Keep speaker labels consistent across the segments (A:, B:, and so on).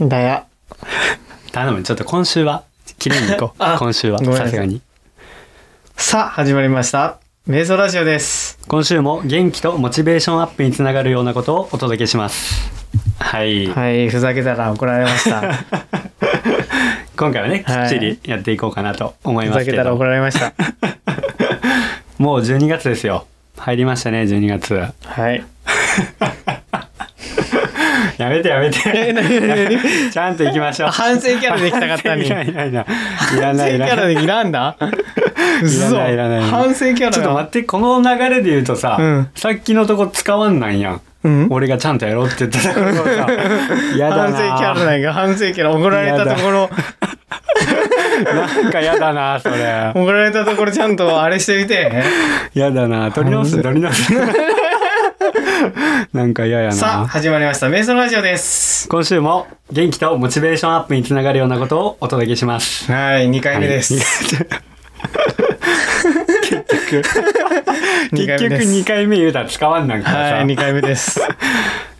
A: だや。
B: 頼む、ちょっと今週は、切りに行こう。
A: あ
B: 今週は、
A: ごめんなさ
B: さ
A: い
B: すがに。
A: さあ、始まりました。瞑想ラジオです。
B: 今週も元気とモチベーションアップにつながるようなことをお届けします。はい。
A: はい、ふざけたら怒られま した。
B: 今回はね、き
A: はい
B: っちりやっていこうかなと思い
A: ふ
B: ま
A: ざ
B: すけ
A: けたら
B: ど
A: 怒。られました。
B: もう12月ですよ。入りましたね、12月。や
A: はい。
B: めてや めて。ちゃんと行きましょう。
A: 反省キャラできたかったのに
B: い。らないいらない。い
A: 反省
B: らない
A: キャラで
B: いら ない。
A: いらんだ
B: い
A: 嘘
B: らないいらない
A: 反省キャラ
B: ちょっと待
A: っ
B: って、この流れで言うとさ、
A: うん
B: さっきのとこ使わんなんやん。
A: うん
B: 俺がちゃんとやろうって言ってたところ さ、やだ
A: 反省
B: な。
A: キャラなんか反省キャラ怒られたところ
B: なんかやだな、それ。
A: 怒られたところちゃんとあれしてみ て
B: やだな。取り直す、取り直す。 なんか嫌や
A: さあ
B: な。
A: 始まりました瞑想ラジオです
B: 今週も元気とモチベーションアップにつながるようなことをお届けします。
A: はい2回目です、
B: はい結局、
A: 二回目
B: 結局
A: です
B: 2回目言うたら使わんなんからさ。
A: はい、2回目です。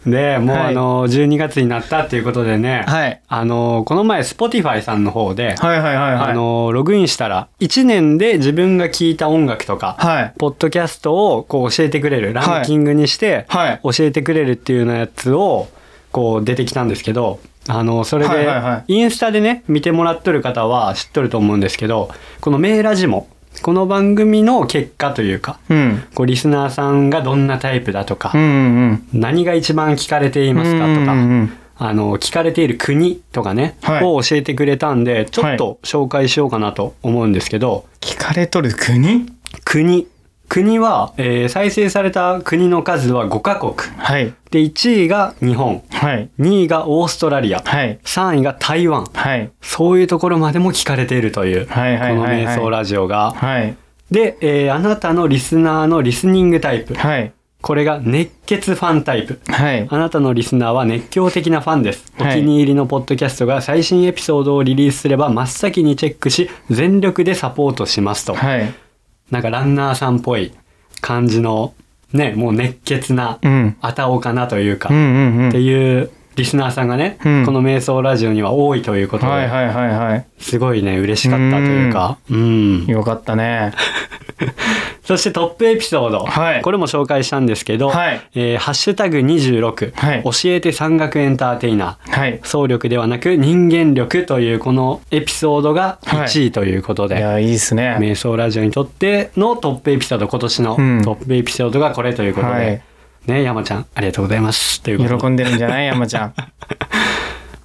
B: でもう
A: はい
B: あの12月になったっていうことでね、
A: はい
B: あのこの前 Spotify さんの方で、
A: はいはいはいはい。
B: あ、のログインしたら1年で自分が聴いた音楽とか、
A: はい。
B: ポッドキャストをこう教えてくれるランキングにして
A: はい
B: 教えてくれるっていうようなやつをこう出てきたんですけどあのそれ
A: はい
B: で
A: はいは
B: インスタでね見てもらっとる方は知っとると思うんですけどこの「メーラジ」もこの番組の結果というか
A: うん。
B: こうリスナーさんがどんなタイプだとか
A: うんうん
B: 何が一番聞かれてい
A: うん。
B: ますか
A: うん
B: と
A: うん
B: か。
A: うん
B: あの聞かれている国とかね、
A: はい
B: を教えてくれたんでちょっと紹介しようかなと思うんですけど、
A: 聞かれとる国
B: 国国は、えー再生された国の数は5カ国
A: はい。
B: で1位が日本
A: はい。
B: 2位がオーストラリア
A: はい。
B: 3位が台湾
A: はい。
B: そういうところまでも聞かれているという、
A: はいはいはいはい
B: この瞑想ラジオが
A: はい。
B: で、えーあなたのリスナーのリスニングタイプ
A: はい。
B: これが熱血ファンタイプ
A: はい。
B: あなたのリスナーは熱狂的なファンです。お気
A: はい
B: に入りのポッドキャストが最新エピソードをリリースすれば真っ先にチェックし、全力でサポートしますと。
A: はい。
B: なんかランナーさんっぽい感じの、ね、もう熱血な
A: う、ん。
B: あたおかなというか、
A: うんう
B: っ
A: んうん。
B: ていうリスナーさんがね、
A: うん
B: この瞑想ラジオには多いということで、
A: はいはいはいは
B: すごいね、嬉しかったというか、うん。
A: い。よかった ね。
B: そしてトップエピソード、
A: はい
B: これも紹介したんですけど、
A: はい
B: えーハッシュタグ26、
A: はい
B: 教えて山岳エンターテイナー、
A: はい。
B: 総力ではなく人間力というこのエピソードが1位ということ
A: い
B: で、
A: や、いいっすね。
B: 瞑想ラジオにとってのトップエピソード今年の
A: うん
B: トップエピソードがこれということで、
A: はい
B: ね山ちゃんありがとうございますということ
A: 喜んでるんじゃない山ち ゃん。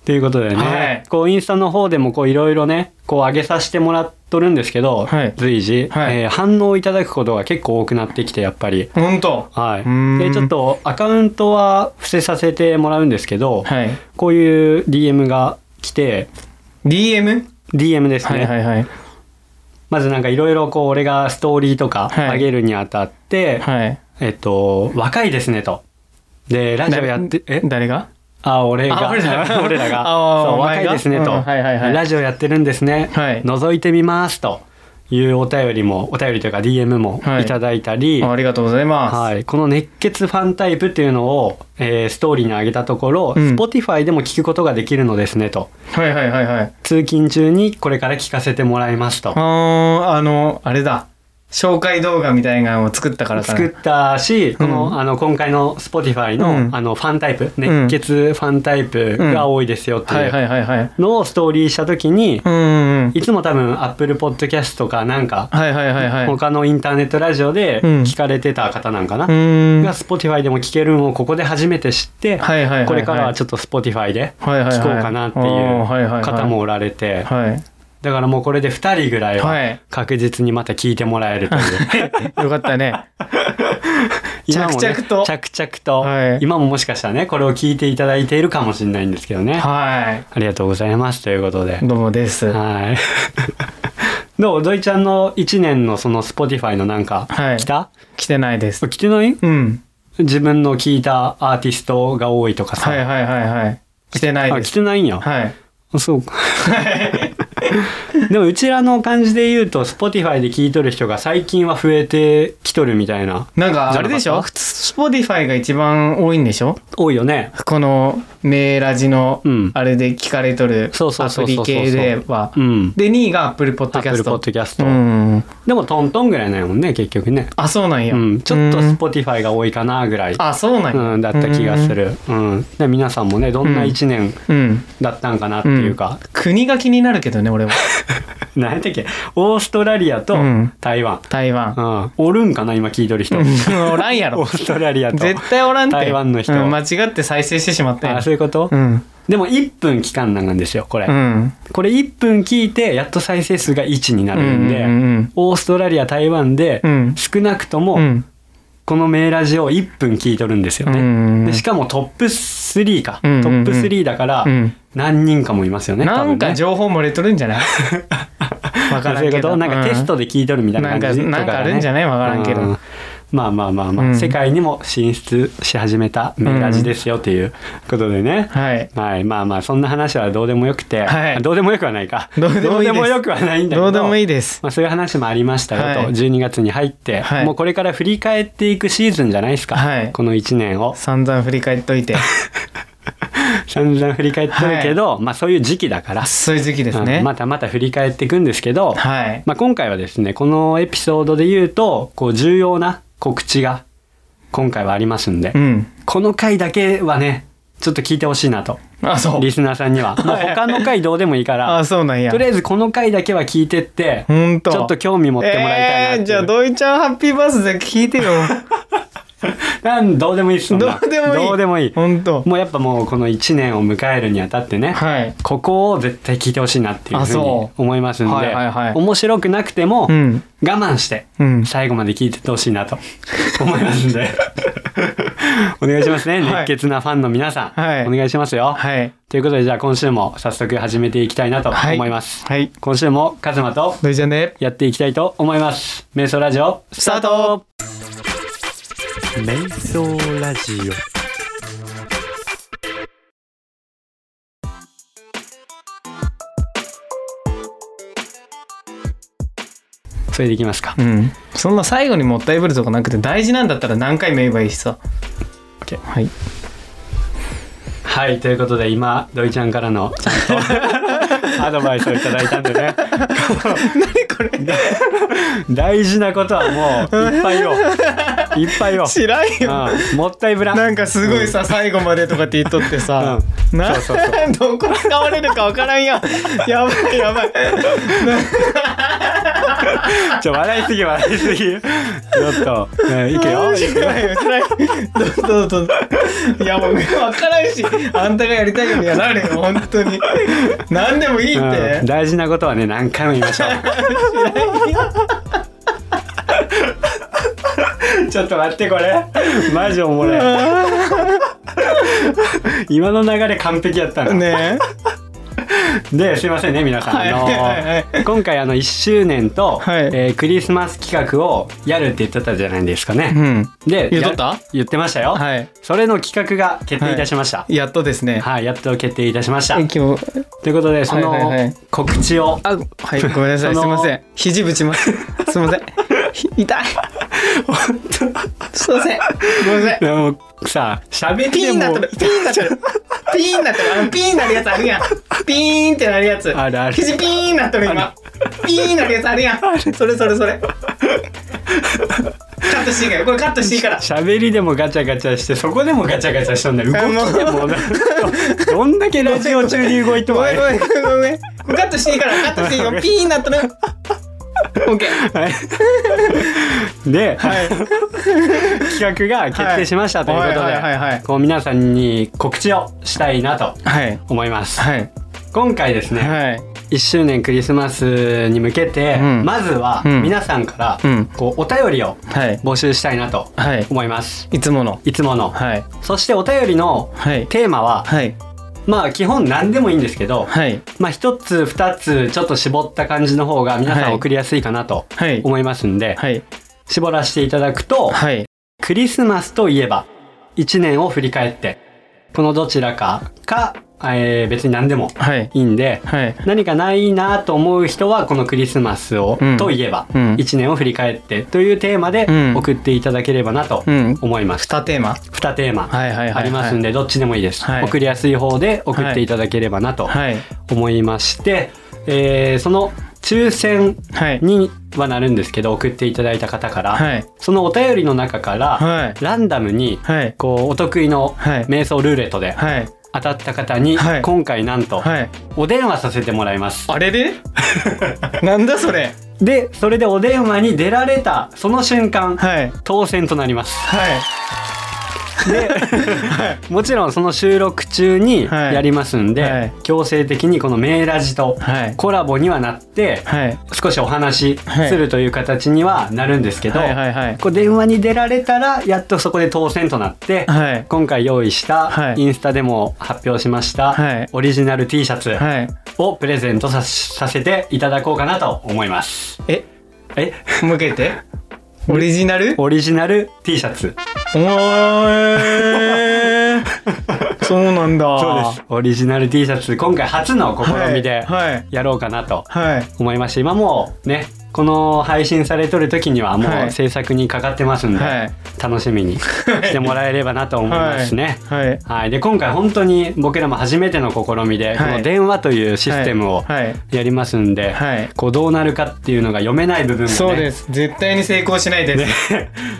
B: ということでね、
A: はい
B: こうインスタの方でもこういろいろねこう上げさせてもらっとるんですけど、
A: はい
B: 随時、
A: はい
B: えー反応いただくことが結構多くなってきてやっぱり。
A: ほんと
B: は
A: うー
B: い、
A: ん
B: でちょっとアカウントは伏せさせてもらうんですけど、
A: はい。
B: こういう DM が来て
A: DM?
B: DM です
A: は
B: ね、
A: いはいはい。
B: まずなんかいろいろこう俺がストーリーとか
A: はい
B: 上げるにあたって、
A: はい。
B: えっと若いですねと。でラジオやってえ
A: 誰が
B: あ俺
A: あ
B: が
A: 俺ら
B: 俺らが
A: あ
B: そう
A: お前
B: 若い
A: が
B: ですねと、
A: うんはいはいはい
B: ラジオやってるんですね、
A: はい
B: 覗いてみますというお便りもお便りというか DM も
A: はい
B: いただいたり、
A: ありがとうございま
B: はい、この熱血ファンタイプっていうのを、えーストーリーに上げたところ、
A: うん
B: Spotify でも聞くことができるのですねと
A: す。はいはいはいはい。
B: 通勤中にこれから聞かせてもらいますと
A: あーあの、あれだ。紹介動画みたいなのを作ったからかな。
B: 作ったし、このあの今回の Spotify の,、
A: うん
B: あのファンタイプ
A: ん
B: 熱血ファンタイプが多いですよって
A: はいいは
B: う
A: いはいはい。
B: のをストーリーした時に、
A: うんうんうん。
B: いつも多分 Apple Podcast とかなんか、
A: はいはいはいはい。
B: 他のインターネットラジオで
A: うん
B: 聞かれてた方なんかな、
A: うーん。
B: が Spotify でも聞けるのをここで初めて知って、
A: はいはいはいはい
B: これからはちょっと Spotify で
A: はいはいはい
B: 聞こうかなってい
A: おーはいはいうはい
B: 方もおられて、
A: はい。
B: だからもうこれで2人ぐらい
A: は
B: はい確実にまた聞いてもらえるという。
A: よかったね。
B: 今もね
A: 着々と
B: 着々と、
A: はい
B: 今ももしかしたらねこれを聞いていただいているかもしれないんですけどね、
A: は
B: ありがとうございますということで
A: い。どうもです。は
B: はいどう土井ちゃんの1年のその Spotify のなんか、
A: い。
B: 来た
A: 来てないです。
B: 来てない
A: うん。
B: 自分の聞いたアーティストが多いとかさ、
A: はいはいはいはい。来てない
B: あ
A: で
B: 来
A: す。
B: てないんや
A: はい。
B: そうかでもうちらの感じで言うと Spotify で聞いとる人が最近は増えてきとるみたいな
A: なんかあれでし
B: じゃな
A: ょ
B: か
A: 普通 Spotify が一番多いんでしょ
B: 多いよね
A: このメーラジの
B: うん
A: あれで聞かれとる
B: そうそう
A: ア
B: そ
A: プリ
B: うそうそう
A: 系では
B: うん
A: で2位が Apple
B: Apple
A: Podcast
B: Podcast、
A: うん
B: でもトントンぐらいなんやもんね結局ね
A: あそうなんや、
B: うん、ちょっと
A: うん
B: Spotify が多いかなぐらい、
A: あそうなんや、
B: うん、だった気がする、うん、で皆さんもねどんな1年
A: うん
B: だったんかなっていうか、
A: 国が気になるけどね俺 は
B: 何やったっけオーストラリアと
A: うん
B: 台湾、
A: 台湾
B: うん、おるんかな今聞いとる人 オ
A: おらんやろ
B: ーストラリアと
A: 絶対おらんって
B: 台湾の人
A: うん間違って再生してしまったや
B: あ
A: ん
B: そういうこと、
A: うん
B: でも1分期間なんですよこれ、
A: うん
B: これ1分聞いてやっと再生数が1になるん
A: う
B: で、
A: んうんうん
B: オーストラリア台湾で
A: うん
B: 少なくと
A: う
B: も
A: ん
B: この名ラジを1分聞いとるんですよね、
A: うん
B: でしかもトップ3か、
A: うんうんうん
B: トップ3だから
A: うん
B: 何人かもいますよね、多
A: なん
B: 分
A: か
B: ね
A: 情報漏れとるんじゃ ないわから
B: そうんいう
A: け
B: こと
A: ど
B: なんかテストで聞いとるみたいな感じ
A: う
B: と
A: んな
B: か、ね、
A: んかなんかあるんじゃないわからんけど
B: うまあまあまあまあ、
A: うん
B: 世界にも進出し始めたメラジですよっていうことでね、
A: うんはい
B: はい、まあまあそんな話はどうでもよくて、
A: はい
B: どうでもよくはないか
A: どうでもいいです
B: どうよくはないんだけ
A: ど
B: ど
A: うでもいいです
B: まあ、そういう話もありましたよと、
A: はい
B: 12月に入って、
A: はい
B: もうこれから振り返っていくシーズンじゃないですか、
A: はい
B: この1年 を
A: 散々振り返っとい て
B: 散々振り返ってるけど、まあそういう時期だから、
A: そういう時期です
B: う
A: ね
B: んまたまた振り返っていくんですけど、
A: はい
B: まあ、今回はですねこのエピソードで言うとこう重要な告知が今回はありますんで、
A: うん
B: この回だけはねちょっと聞いてほしいなと
A: あそう
B: リスナーさん にはもう他の回どうでもいいから
A: あそうなんや
B: とりあえずこの回だけは聞いてってち
A: ほんと
B: ょっと興味持ってもらいたいなってい
A: え
B: う、
A: ーじゃあ土井ちゃんハッピーバースデー聞いて よ
B: なんどうでもいいっすそん
A: ど
B: な
A: うでもいい
B: どうでもいい
A: ほんと
B: もうやっぱもうこの1年を迎えるにあたってね、
A: はい
B: ここを絶対聞いてほしいなってい
A: あ
B: うふうに
A: そう
B: 思いますんで、
A: はいはいはい
B: 面白くなくても
A: う
B: 我
A: ん
B: 慢して
A: うん
B: 最後まで聞いてってほしい なと思いますんでお願いしますね
A: はい
B: 熱血なファンの皆さん、
A: はい
B: お願いしますよ、
A: はい
B: ということでじゃあ今週も早速始めていきたいなと
A: はい
B: 思います、
A: はい
B: 今週もカズマと
A: 土井ちゃんで
B: やっていきたいと思います瞑想ラジオスタート瞑想ラジオそれでいきますか
A: うんそんな最後にもったいぶるとかなくて大事なんだったら何回も言えばいいしさ
B: OK
A: はい
B: はいということで今土井ちゃんからのちゃん とアドバイスをいただいたんでね
A: 何これ
B: 大事なことはもういっぱいよいっぱいよ、
A: 知らんよ
B: うん、もったいぶら
A: なんかすごいさ最後までとかって言っとってさな
B: そうそう
A: どこ使われるかわからんやんやばいやばい
B: ちょ笑いすぎ笑いすぎちょっと、うん、いくよ
A: 面白い面白いどうぞどうぞいやもう分からんしあんたがやりたいようにやられよ本当に何でもいいって、
B: うん、大事なことはね何回も言いましょう ちょっと待ってこれマジおもろい今の流れ完璧やったの、
A: ね
B: ですいませんね皆さん、
A: はいはいはい
B: あの今回あの1周年と、
A: はい
B: えークリスマス企画をやるって言ってたじゃないですか
A: えう
B: ね、
A: ん
B: で
A: 言っと
B: や
A: った
B: 言ってましたよ、
A: はい
B: それの企画が決定いたしましたはい、
A: やっとですね、
B: やっと決定いたしました
A: え今日
B: ということでその
A: はいはいはい
B: 告知を
A: あはいごめんなさいすい
B: その
A: ません肘ぶちますすいませんひ痛いすいませんごめんなさい
B: でもさ喋って
A: ピーンなっ
B: も
A: てるピーンなってるピーンなってるあのピーンなるやつあるやんピーンってなるやつ
B: あるある
A: 肘ピーンなってる今ピーンなるやつあるやんそれそれそれカットしていいからこれカットしていいから
B: 喋りでもガチャガチャしてそこでもガチャガチャしとんだよ動きでもなどんだけラジオ中に動いと
A: ご
B: は
A: めん
B: い
A: ごめんごめんこれカットしていいからカットしていいよピーンなってるオッケー
B: で、
A: はい
B: 企画が決定しましたということで、
A: はいはいはいはいはい
B: こう皆さんに告知をしたいなと
A: はい
B: 思います。
A: はい
B: 今回ですね、
A: はい
B: 1周年クリスマスに向けて、
A: うん
B: まずは
A: うん
B: 皆さんから、
A: うん
B: こうお便りを
A: はい
B: 募集したいなと
A: はい
B: 思います。
A: いつもの
B: いつもの。
A: はい
B: そしてお便りの
A: はい
B: テーマは、
A: はい
B: まあ基本何でもいいんですけど、
A: はい
B: まあ一つ二つちょっと絞った感じの方が皆さ
A: は
B: ん
A: い
B: 送りやすいかなと
A: はい
B: 思いますんで、
A: はい
B: 絞らせていただくと、
A: はい
B: クリスマスといえば1年を振り返ってこのどちらかかえー別に何でも
A: はい
B: いいんで、
A: はい
B: 何かないなと思う人はこのクリスマスを、
A: うん
B: といえば、
A: うん
B: 一年を振り返ってというテーマで
A: うん
B: 送っていただければなと
A: うん
B: 思います、
A: 二テーマ
B: 2テーマ
A: はいはいはいはい
B: ありますんでどっちでもいいです、
A: はい
B: 送りやすい方で送っていただければなと
A: はい
B: 思いまして、えーその抽選
A: はい
B: にはなるんですけど送っていただいた方から、
A: はい
B: そのお便りの中から、
A: はい
B: ランダムに
A: はい
B: こうお得意の
A: はい
B: 瞑想ルーレットで
A: はい
B: 当たった方に、
A: はい
B: 今回なんと、
A: はい
B: お電話させてもらいます
A: あれ れなんだそれ
B: でそれでお電話に出られたその瞬間
A: はい
B: 当選となります
A: はい
B: でもちろんその収録中に
A: はい
B: やりますんで、
A: はい
B: 強制的にこの「メーラジ」と
A: はい
B: コラボにはなって
A: はい
B: 少しお話し
A: はい
B: するという形にはなるんですけど、
A: はいはいはい
B: こう電話に出られたらやっとそこで当選となって、
A: はい
B: 今回用意した、
A: はい
B: インスタでも発表しました、
A: はい
B: オリジナル T シャツ
A: はい
B: をプレゼントささせていただこうかなと思います。
A: え
B: え
A: 向け てオリジナル
B: オリジナル T シャツ。
A: お ーそうなんだ
B: あー。オリジナル T シャツ、今回初の試みで
A: はい
B: やろうかなと
A: はいはい
B: 思いまして、今もうね、この配信されとる時には
A: は
B: もう
A: い
B: 制作にかかってますんで、
A: はい
B: 楽しみにしてもらえればなと思いますね。
A: はい
B: はい、で今回本当に僕らも初めての試みで、
A: はい
B: この電話というシステムを
A: はい
B: やりますんで、
A: はい
B: こうどうなるかっていうのが読めない部分がね
A: そうです絶対に成功しないで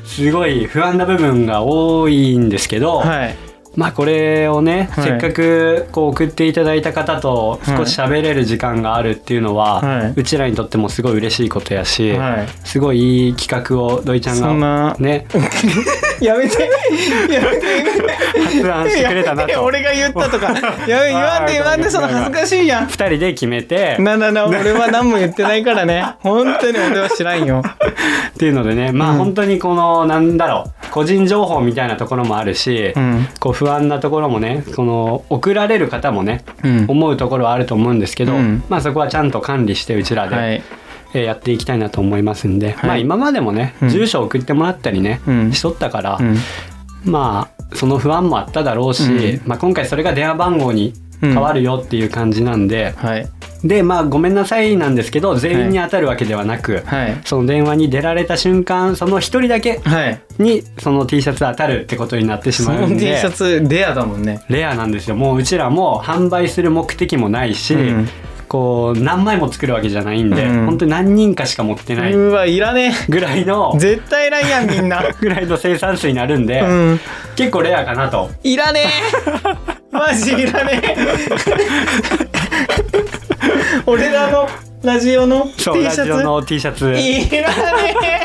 A: す
B: すごい不安な部分が多いんですけど、
A: はい
B: まあこれをね、
A: はい
B: せっかくこう送っていただいた方と少し喋れる時間があるっていうのは、
A: はいう
B: ちらにとってもすごい嬉しいことやし、
A: はい
B: すごいいい企画を土井ちゃん
A: そん
B: が
A: な
B: ね
A: やめてやめて
B: 発案してくれたな
A: やめて
B: と
A: 俺が言ったと かやめ言わんで言わんでその恥ずかしいやん
B: 二人で決めて
A: ななな俺は何も言ってないから ね本当に俺は知らんよ
B: っていうのでねまあ本当にこのなんだろう個人情報みたいなところもあるし、
A: うん
B: こう不安なところもねこの送られる方もね
A: うん
B: 思うところはあると思うんですけど、
A: うん
B: まあそこはちゃんと管理してうちらで、
A: はい
B: えーやっていきたいなと思いますんで、
A: い
B: まあ今までもね、
A: うん
B: 住所送ってもらったりね、
A: うん
B: しとったから、
A: うん
B: まあその不安もあっただろうし、
A: う
B: まあ、今回それが電話番号に変わるよっていう感じなんで、
A: はい
B: でまあごめんなさいなんですけど全員に当たるわけではなく、
A: はい
B: その電話に出られた瞬間その一人だけ
A: はい
B: にその T シャツ当たるってことになってし
A: そ
B: まう
A: の
B: ん
A: T シ
B: で
A: ャツレアだもんね
B: レアなんですよもううちらも販売する目的もないし、
A: うん
B: こう何枚も作るわけじゃないんで、
A: うん
B: 本当に何人かしか持ってないう
A: わいらね
B: ぐらいの
A: え絶対いらんやんみん な
B: ぐらいの生産数になるんで、
A: うん
B: 結構レアかなと
A: いらねえマジいら ねえ俺らのラジオの T シ
B: そうラジオ
A: ャ
B: の T シャツ
A: ツいらね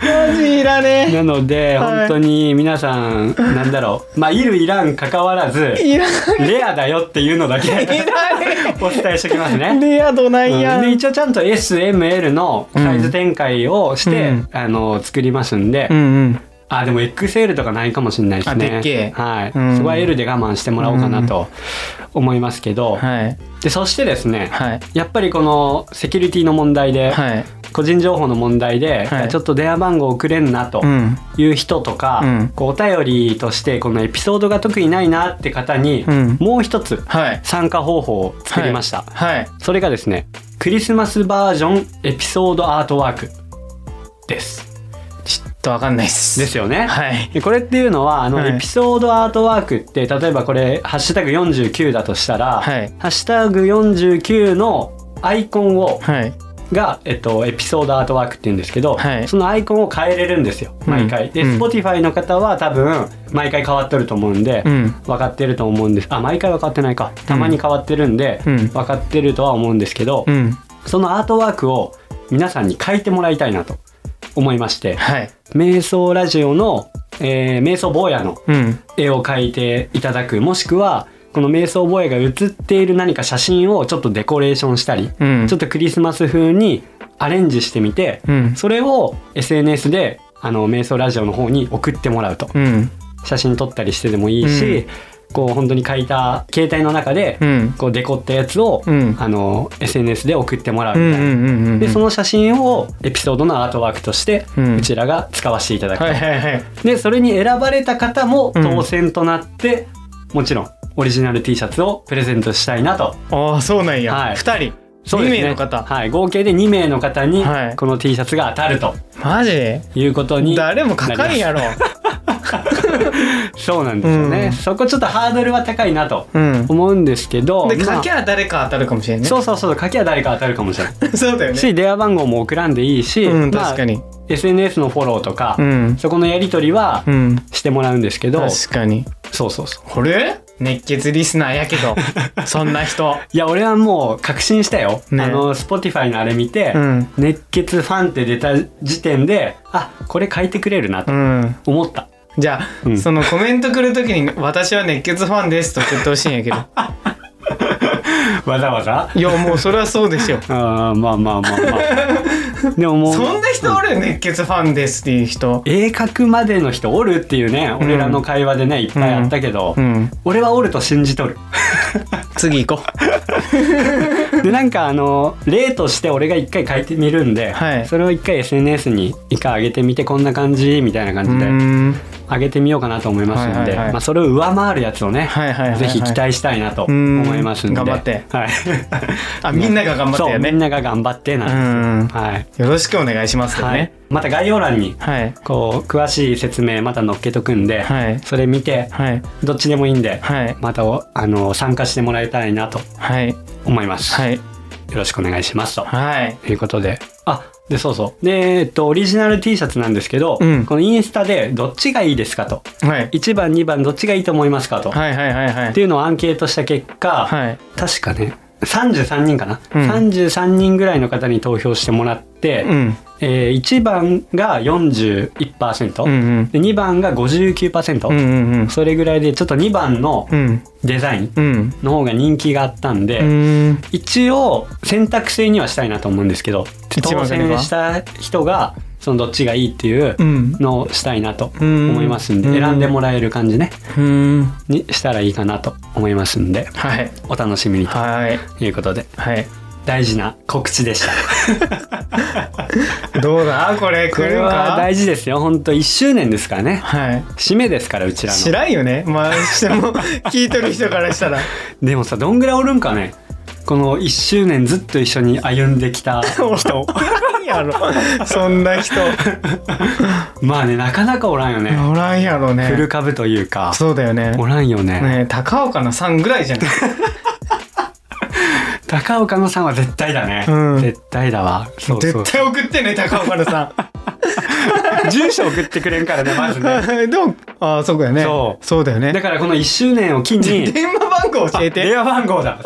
A: えマジいらね
B: なので、
A: はい
B: 本当に皆さんなんだろうまあいるいらんかかわらず
A: えいらね
B: レアだよっていうのだけ
A: えいらね
B: お伝えしておきます
A: え
B: ね。
A: レアどな
B: うん
A: いやん、
B: で一応ちゃんと SML のサイズ展開をして、
A: うん
B: あの作りますんで、
A: うんうん
B: あでも XL とかないかもしれないですね
A: あでっけえ
B: はい、
A: うん
B: そこは L で我慢してもらおうかなと思いますけど、
A: はい
B: でそしてですね、
A: はい
B: やっぱりこのセキュリティの問題で、
A: はい
B: 個人情報の問題で、
A: はい
B: ちょっと電話番号送れんなと
A: うん
B: いう人とか、
A: うん
B: こうお便りとしてこのエピソードが特にないなって方に、
A: うん
B: もう一つ
A: はい
B: 参加方法を作りました、
A: はい
B: それがですねクリスマスバージョンエピソードアートワークです
A: ちょっとわかんないっす
B: ですよね、
A: はい
B: でこれっていうのはあの、
A: はい
B: エピソードアートワークって例えばこれ「ハッシュタグ #49」だとしたら「
A: はい
B: ハッシュタグ #49」のアイコンを
A: はい
B: が、えっと、エピソードアートワークって言うんですけど、
A: はい
B: そのアイコンを変えれるんですよ
A: うん
B: 毎回、で
A: うん
B: Spotify の方は多分毎回変わっとると思うんで、
A: うん
B: 分かってると思うんですあ毎回は変わってないかたまに変わってるんで、
A: うん
B: 分かってるとは思うんですけど、
A: うん
B: そのアートワークを皆さんに書いてもらいたいなと思いまして
A: はい
B: 瞑想ラジオの、えー瞑想坊やの
A: うん
B: 絵を描いていただくもしくはこの瞑想坊やが写っている何か写真をちょっとデコレーションしたり、
A: うん
B: ちょっとクリスマス風にアレンジしてみて、
A: うん
B: それを SNS であの瞑想ラジオの方に送ってもらうと、
A: うん
B: 写真撮ったりしてでもいいし、
A: うん
B: こう本当に書いた携帯の中で、
A: うん
B: こうデコったやつを、
A: うん
B: あの SNS で送ってもら
A: う
B: うみ
A: ん
B: たいな。
A: うんうんうん
B: でその写真をエピソードのアートワークとして、う
A: うん
B: ちらが使わせていただくと、
A: はいはいはい
B: でそれに選ばれた方も
A: うん
B: 当選となって、もちろんオリジナル T シャツをプレゼントしたいなと
A: ああそうなんや、
B: はい
A: 2人
B: そうですね
A: 2名の方
B: はい、合計で2名の方に
A: はい
B: この T シャツが当たると
A: マジで
B: いうことに、
A: 誰もかかんやろ
B: そうなんですよね、
A: うん
B: そこちょっとハードルは高いなと
A: うん
B: 思うんですけど
A: で
B: まあ
A: かけは誰か当たるかもしれんね
B: そうそうそう書きは誰か当たるかもしれない
A: そうだよね
B: し電話番号も送らんでいいし、
A: うん
B: まあ
A: 確かに、
B: SNS のフォローとか、
A: うん
B: そこのやり取りは
A: うん
B: してもらうんですけど、
A: 確かに
B: そうそうそう
A: これ熱血リスナーやけ どそんな人
B: いや俺はもう確信したよ、
A: ね
B: あの Spotify のあれ見て、
A: うん
B: 熱血ファンって出た時点であこれ書いてくれるな
A: う
B: と
A: ん
B: 思った、
A: じゃあ、
B: うん
A: そのコメント来るときに「私は熱血ファンです」と送ってほしいんやけ ど
B: わざわざ
A: いやもうそれはそうですよ
B: あーまあまあまあま あでももう
A: そんな人おるよ熱血ファンですっていう人
B: 絵描くまでの人おるっていうね俺らの会話でねいっぱいあったけど、
A: うん
B: 俺はおると信じとる
A: 次行こ
B: でなんかあの例として俺が一回書いてみるんで、
A: はい
B: それを一回 SNS に一回上げてみてこんな感じみたいな
A: うう
B: 感じで
A: ん
B: 上げてみようかなと思いますん
A: はい
B: で、
A: はいはい
B: まあ、それを上回るやつをね、
A: はいはいはいはい
B: ぜひ期待したいなと思いますんで
A: うん頑張って
B: はい、
A: あ みんなが頑張って
B: そう
A: や
B: み
A: ね
B: んなが頑張って
A: う
B: なんです、はい
A: よろしくお願いしますよ
B: はい
A: ね、
B: また概要欄に
A: はい
B: こう詳しい説明また載っけとくんで、
A: はい
B: それ見て
A: はい
B: どっちでもいいんで、
A: はい
B: またおあの参加してもらいたいなと
A: はい
B: 思います、
A: はい
B: よろしくお願いしますと
A: はい
B: いうことであでそうそうでえっとオリジナル T シャツなんですけど、
A: うん
B: このインスタでどっちがいいですかと
A: はい
B: 1番2番どっちがいいと思いますかと、
A: はいはいはいはい
B: っていうのをアンケートした結果、
A: はい
B: 確かね33人かな、
A: うん
B: 33人ぐらいの方に投票してもらって、
A: うん
B: え1番が41%、
A: うんうん
B: で2番が59%、
A: うんうん
B: それぐらいでちょっと2番の
A: うんうん
B: デザイン
A: うん
B: の方が人気があったんで、
A: うん
B: 一応選択制にはしたいなと思うんですけど
A: 一
B: 当
A: 番
B: 選した人がそのどっちがいいっていう
A: うん
B: のをしたいなと
A: うん
B: 思いますんで、
A: うん
B: 選んでもらえる感じね
A: うん
B: にしたらいいかなと思いますんで
A: はい
B: お楽しみにと
A: はい
B: いうことで
A: はい
B: 大事な告知でした
A: どうだ これ
B: こ
A: 来
B: れ
A: る
B: は
A: か
B: 大事ですよ本当1周年ですからね
A: はい
B: 締めですからうちら
A: 知
B: の
A: らんよねまあしても聞いとる人からしたら
B: でもさどんぐらいおるんかねこの1周年ずっと一緒に歩んで きた人
A: おらんやろそんな人
B: まあねなかなかおらんよね
A: おらんやろ
B: 古
A: ね
B: 株というか
A: そうだよね
B: おらんよね
A: ねえ高岡の3ぐらいじゃない
B: 高岡のさんは絶対だね、
A: うん
B: 絶対だわそうそう
A: 絶対送ってね高岡のさん
B: 住所送ってくれんからねま ずね
A: でもああそうだよね
B: そう
A: だよ
B: だ
A: ね
B: からこの1周年を機に
A: 電話番号教えて
B: 電話番号だ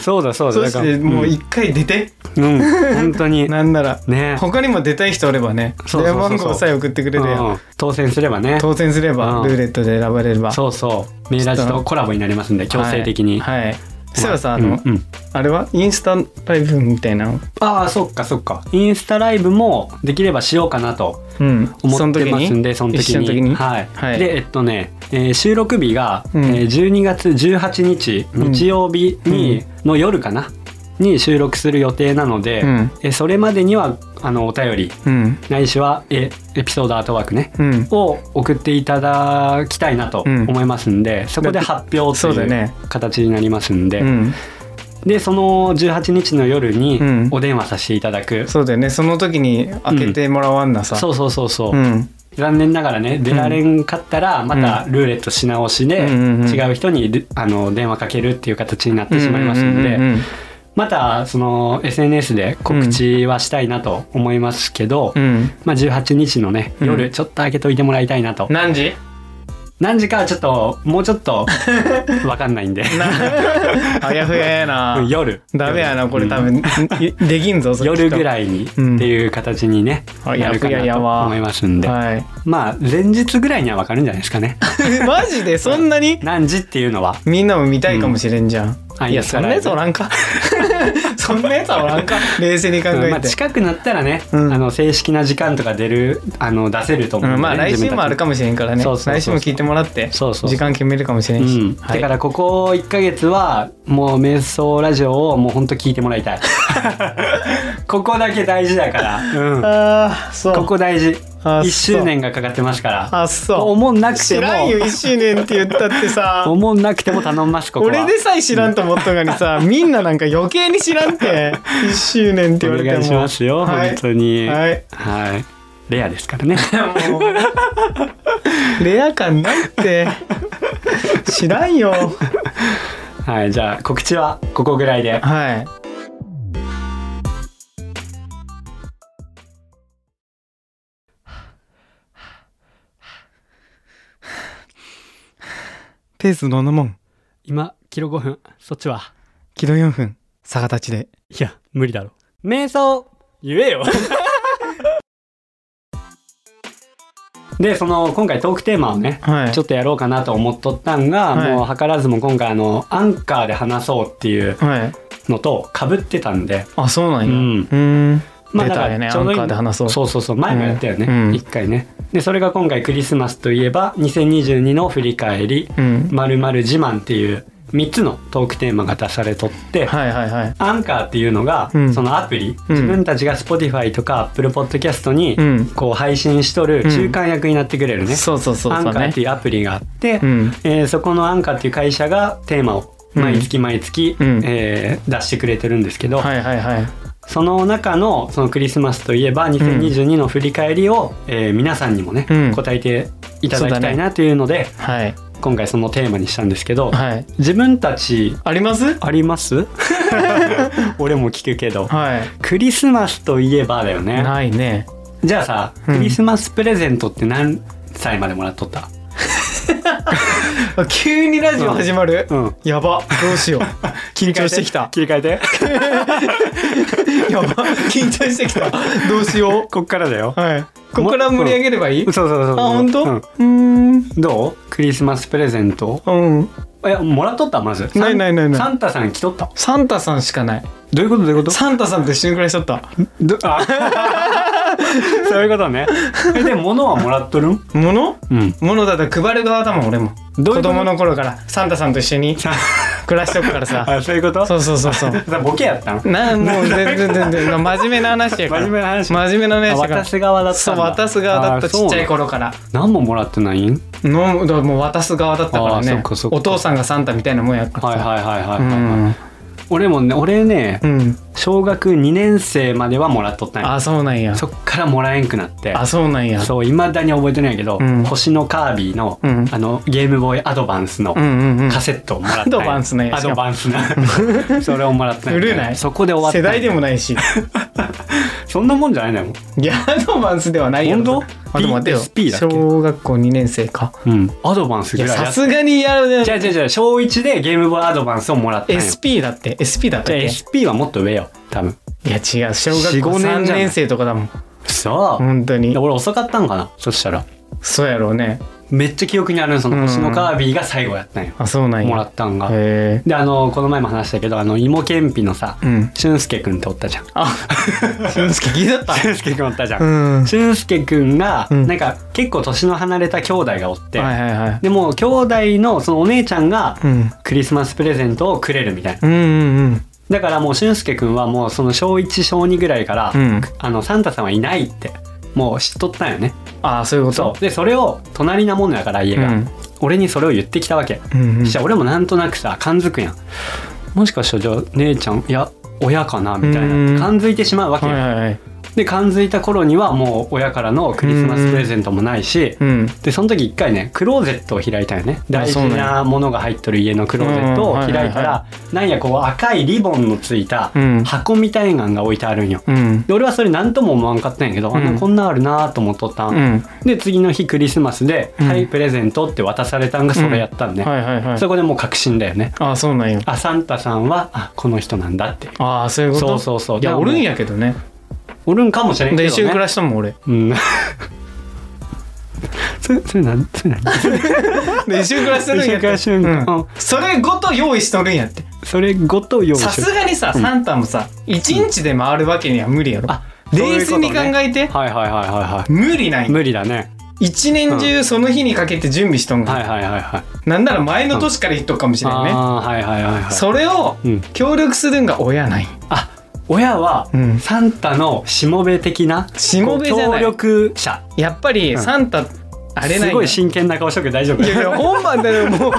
B: そうだそうだそうだ
A: そ
B: だ
A: し
B: から
A: てもう 一回出て、
B: うん、うん本当に
A: なんなら
B: ね
A: 他にも出たい人おればね
B: そうそうそうそう
A: 電話番号さえ送ってくれる
B: う
A: よ
B: ん当選すればね
A: 当選すれば、
B: うん
A: ルーレットで選ばれれば
B: そうそうメーラジとコラボになりますんで強制的に、
A: はい、はいそしたらさあの、
B: うんうん
A: あれはインスタライブみたいなの
B: ああそっかそっかインスタライブもできればしようかなと
A: うん
B: 思ってますんで
A: そ
B: その
A: の
B: 時に
A: 時に一緒の時に
B: はい、
A: はい
B: でえっとね、えー収録日が、
A: うん
B: えー12月18日
A: ん
B: 日曜日に、の夜かなに収録する予定なので、
A: うん
B: えーそれまでにはあのお便り
A: うん
B: ないしは、えーエピソードアートワークね、
A: うん
B: を送っていただきたいなと
A: うん
B: 思いますんで、そこで発表
A: そう
B: と
A: だ
B: い
A: ね
B: う形になりますんで、
A: うん
B: でその18日の夜に
A: うん
B: お電話させていただく、
A: そうだよねその時に開けてもらわんなさ、
B: そうそうそうそう、
A: うん
B: 残念ながらね出られんかったらまたルーレットし直しで
A: うんうんうん
B: 違う人にであの電話かけるっていう形になってしまいますの
A: うんうん
B: で
A: うん
B: またその SNS で告知はしたいなと思いますけど、
A: うんうん
B: まあ、18日のね
A: う
B: 夜
A: ん
B: ちょっと開けといてもらいたいなと、
A: 何時
B: 何時かはちょっともうちょ っとわかんないんで
A: あやふややな
B: 夜
A: ダメやなこれ多
B: うん
A: 分、できんぞ
B: 夜ぐ
A: い
B: らいにって
A: うん
B: いう形にね、
A: あ
B: なるか
A: や
B: な
A: や
B: と
A: わ
B: 思いますんで、
A: はい
B: まあ前日ぐらいにはわかるんじゃないです かね
A: マジでそんなに
B: 何時っていうのは
A: みんなも見たいかもしれんじゃん、
B: あ
A: いや
B: いい
A: そんなやつおらん かそんなやつはおらんか冷静に考えて、
B: まあ、近くなったらね、
A: うん
B: あの正式な時間とか出るあの出せると思うんで、ね
A: うん、まあ来週もある
B: か
A: かもしれんからね
B: そうそうそう
A: 来週も聞いてもらって
B: そうそう
A: 時間決めるかもしれ
B: うん
A: し、
B: ん、
A: は
B: だか
A: い、
B: らここ1か月はもう瞑想ラジオをもうほんと聞いてもらいた いここだけ大事だから、うん、
A: ああそう
B: ここ大事
A: あ
B: 1周年がかかってますから
A: あそう
B: 思んなく
A: 知
B: ても
A: らんよ1周年って言ったってさ
B: 思んなくても頼んますここは
A: 俺でさえ知らんと思ったのにさみんななんか余計に知らんって1周年って言われ
B: お
A: ても
B: 願いしますよ、
A: はい
B: 本当に
A: はい
B: はいレアですか らね
A: もうレア感ないって知らんよ
B: はいじゃあ告知はここぐらいで
A: はいペースののもん
B: 今キロ5分そっちは
A: キロ4分逆立ちで
B: いや無理だろ瞑想言 えよでその今回トークテーマをね
A: はい
B: ちょっとやろうかなと思っとったんが、
A: はい
B: もう図らずも今回あのアンカーで話そうっていう
A: はい
B: のと被ってたんで
A: あそうなんや
B: うん
A: ん出
B: だか
A: た
B: ら
A: よね
B: ちょうどいい
A: アンカーで話そう
B: そうそうそう前もやったよね、
A: うん
B: 一回ねでそれが今回クリスマスといえば2022の振り返り
A: うん
B: まるまる自慢っていう3つのトークテーマが出されとって、
A: はいはいはい
B: アンカーっていうのが、
A: うん
B: そのアプリ、
A: うん
B: 自分たちが Spotify とか Apple Podcast に、
A: うん
B: こう配信しとる中間役になってくれるね、
A: そうそうそう
B: アン
A: そ
B: カ
A: う
B: ー
A: ね
B: っていうアプリがあって、
A: うん
B: えーそこのアンカーっていう会社がテーマを
A: うん
B: 毎月毎月、
A: うん
B: えー出してくれてるんですけど、
A: はいはいはい
B: その中のそのクリスマスといえば2022の振り返りを、えー皆さんにもね、
A: うん
B: 答えていただ
A: そ
B: き
A: う
B: た
A: だ
B: い
A: ね
B: なというので
A: はい
B: 今回そのテーマにしたんですけど、
A: はい
B: 自分たち
A: あります
B: あります 俺も聞くけど
A: はい
B: クリスマスといえばだよね
A: ないね
B: じゃあさ
A: うん
B: クリスマスプレゼントって何歳までもらっとった、
A: あ急にラジオ始まる、
B: うん、
A: やばどうし よう緊張してきた
B: 切り替えて
A: やば 緊張してきたどうしよ
B: こっからだよ
A: うはいここから盛り上げればいい、
B: そうそうそうそう
A: あ本当
B: う
A: うんーん
B: どうクリスマスプレゼント
A: うん
B: いやもらっとったまず
A: ないないないない
B: サンタさん来とった
A: サンタさんしかない
B: どういうことどういうこ
A: サンタさんと一緒に暮らしちゃった
B: どあ そういうことねえで物はもらっとるん
A: 物
B: うん
A: 物だったら配る側だもん俺も
B: どういうこと
A: 子供の頃からサンタさんと一緒に暮らしとくからさ
B: あそういうこと
A: そうそうそうそう
B: さボケやったん
A: なもう全然全然真面目な話やから
B: 真面目な話
A: 真面目な話
B: あ
A: やから
B: 渡す側だった
A: そ
B: ん
A: う
B: だ
A: 渡す側だった
B: あそ
A: ち
B: う
A: っちゃい頃から
B: 何ももらってないん
A: のだもう渡す側だったから
B: あーそっ
A: ね
B: かそっか
A: お父さんがサンタみたいなもんやから
B: はい
A: さ
B: はいはいはい、
A: う
B: はい
A: ん
B: 俺もね俺ね
A: うん
B: 小学2年生まではもらっとったんや
A: あそうなんや
B: そっからもらえんくなって
A: あそうなんや
B: そういまだに覚えてないけど、
A: うん
B: 星のカービィの,、
A: うん
B: あのゲームボーイアドバンスの
A: うんうんうん
B: カセットをもらったんや
A: アドバンスね
B: アドバンスな それをもらったんや
A: 古ない
B: そこで終わった
A: 世代で
B: も
A: もない し
B: そんなもんじゃないのよ
A: いやアドバンスではないやろ
B: 本当
A: あでも待てよ
B: PSP だっけ
A: 小学校2年生か
B: うんアドバンス
A: い
B: ぐ
A: や
B: らい
A: さすがにやる
B: じゃあじゃあじゃあ小1でゲームボーイアドバンスをもらったんや
A: SP だって SP だった
B: じ
A: っ
B: ゃあ
A: け
B: SP はもっと上よ多分
A: いや違う小学
B: 四
A: 校
B: 五年じゃな
A: 3
B: い
A: 年生とかだもん
B: そう、
A: 本当に
B: 俺遅かったんかなそしたら
A: そうやろうね
B: めっちゃ記憶にあるその星のカービィが最後やったんよ、
A: あそうなんや
B: もらったんが、
A: へ
B: であのこの前も話したけどあの芋けんぴのさ、
A: えうん
B: 俊介くんっておったじゃん
A: あ俊介聞いとった
B: 俊介くんおったじゃん、
A: う ん
B: 俊介くんが、
A: うん
B: なんか結構年の離れた兄弟がおって、
A: はいはいはい
B: でも兄弟のそのお姉ちゃんが
A: うん
B: クリスマスプレゼントをくれるみたいな
A: うんうん
B: だからもう俊介くんはもうその小1小2ぐらいから、
A: うんうん
B: あのサンタさんはいないってもう知っとったんよね
A: ああそういうこと
B: そうでそれを隣なもんだから家が、
A: うん
B: 俺にそれを言ってきたわけ、
A: うんうん
B: じゃ俺もなんとなくさ感づくやんもしかしたらじゃあ姉ちゃんいや親かなみたい
A: うん
B: な感づいてしまうわけ
A: はい
B: よ、
A: はいはい
B: で感づいた頃にはもう親からのクリスマスプレゼントもないし、
A: うん
B: でその時一回ねクローゼットを開いたよね大事
A: そうなん
B: なものが入っとる家のクローゼットを
A: うんうん
B: 開いたらなんやこう赤いリボンのついた
A: うん
B: 箱みたいなんが置いてあるんよ
A: うん
B: で俺はそれ何とも思わんかったんやけど、あ
A: うん
B: こんなんあるなと思っとったん、
A: うん
B: で次の日クリスマスで「
A: うん
B: はいプレゼント」って渡されたんがそれやったんね、
A: はいはいはい
B: そこでもう確信だよね
A: ああそうなんよ
B: あサンタさんはあこの人なんだって
A: ああそういうこと
B: そうそうそう
A: いや
B: でも
A: おるんやけどね
B: おるんかもしれんけ
A: で
B: ど、ね、
A: 一緒に暮らしたもん 俺
B: うんそれそれなんそれなん
A: で一緒に暮らしてるんやって
B: 一緒に暮らしてるんや
A: うんそれごと用意しとるんやって
B: それごと用意
A: さ
B: し
A: す
B: よ
A: がにさサンタもさ一日で回るわけには無理やろ
B: あ
A: 冷静に考
B: え
A: えて
B: はいはいはいはいは
A: 無理ない
B: い無理だね
A: 一年中その日にかけて準備しとん
B: は
A: が
B: いはいはいはい
A: なんなら前の年から言っとくかもしれんね
B: あーはいはいはいはい
A: それを
B: うん
A: 協力するんが親ない
B: あ親は
A: うん
B: サンタのしもべ的な
A: しもべじゃない
B: こう協力者
A: やっぱり
B: うん
A: サンタ、あれない
B: すごい真剣な顔しとくけど大 丈夫
A: いやいや本番でもう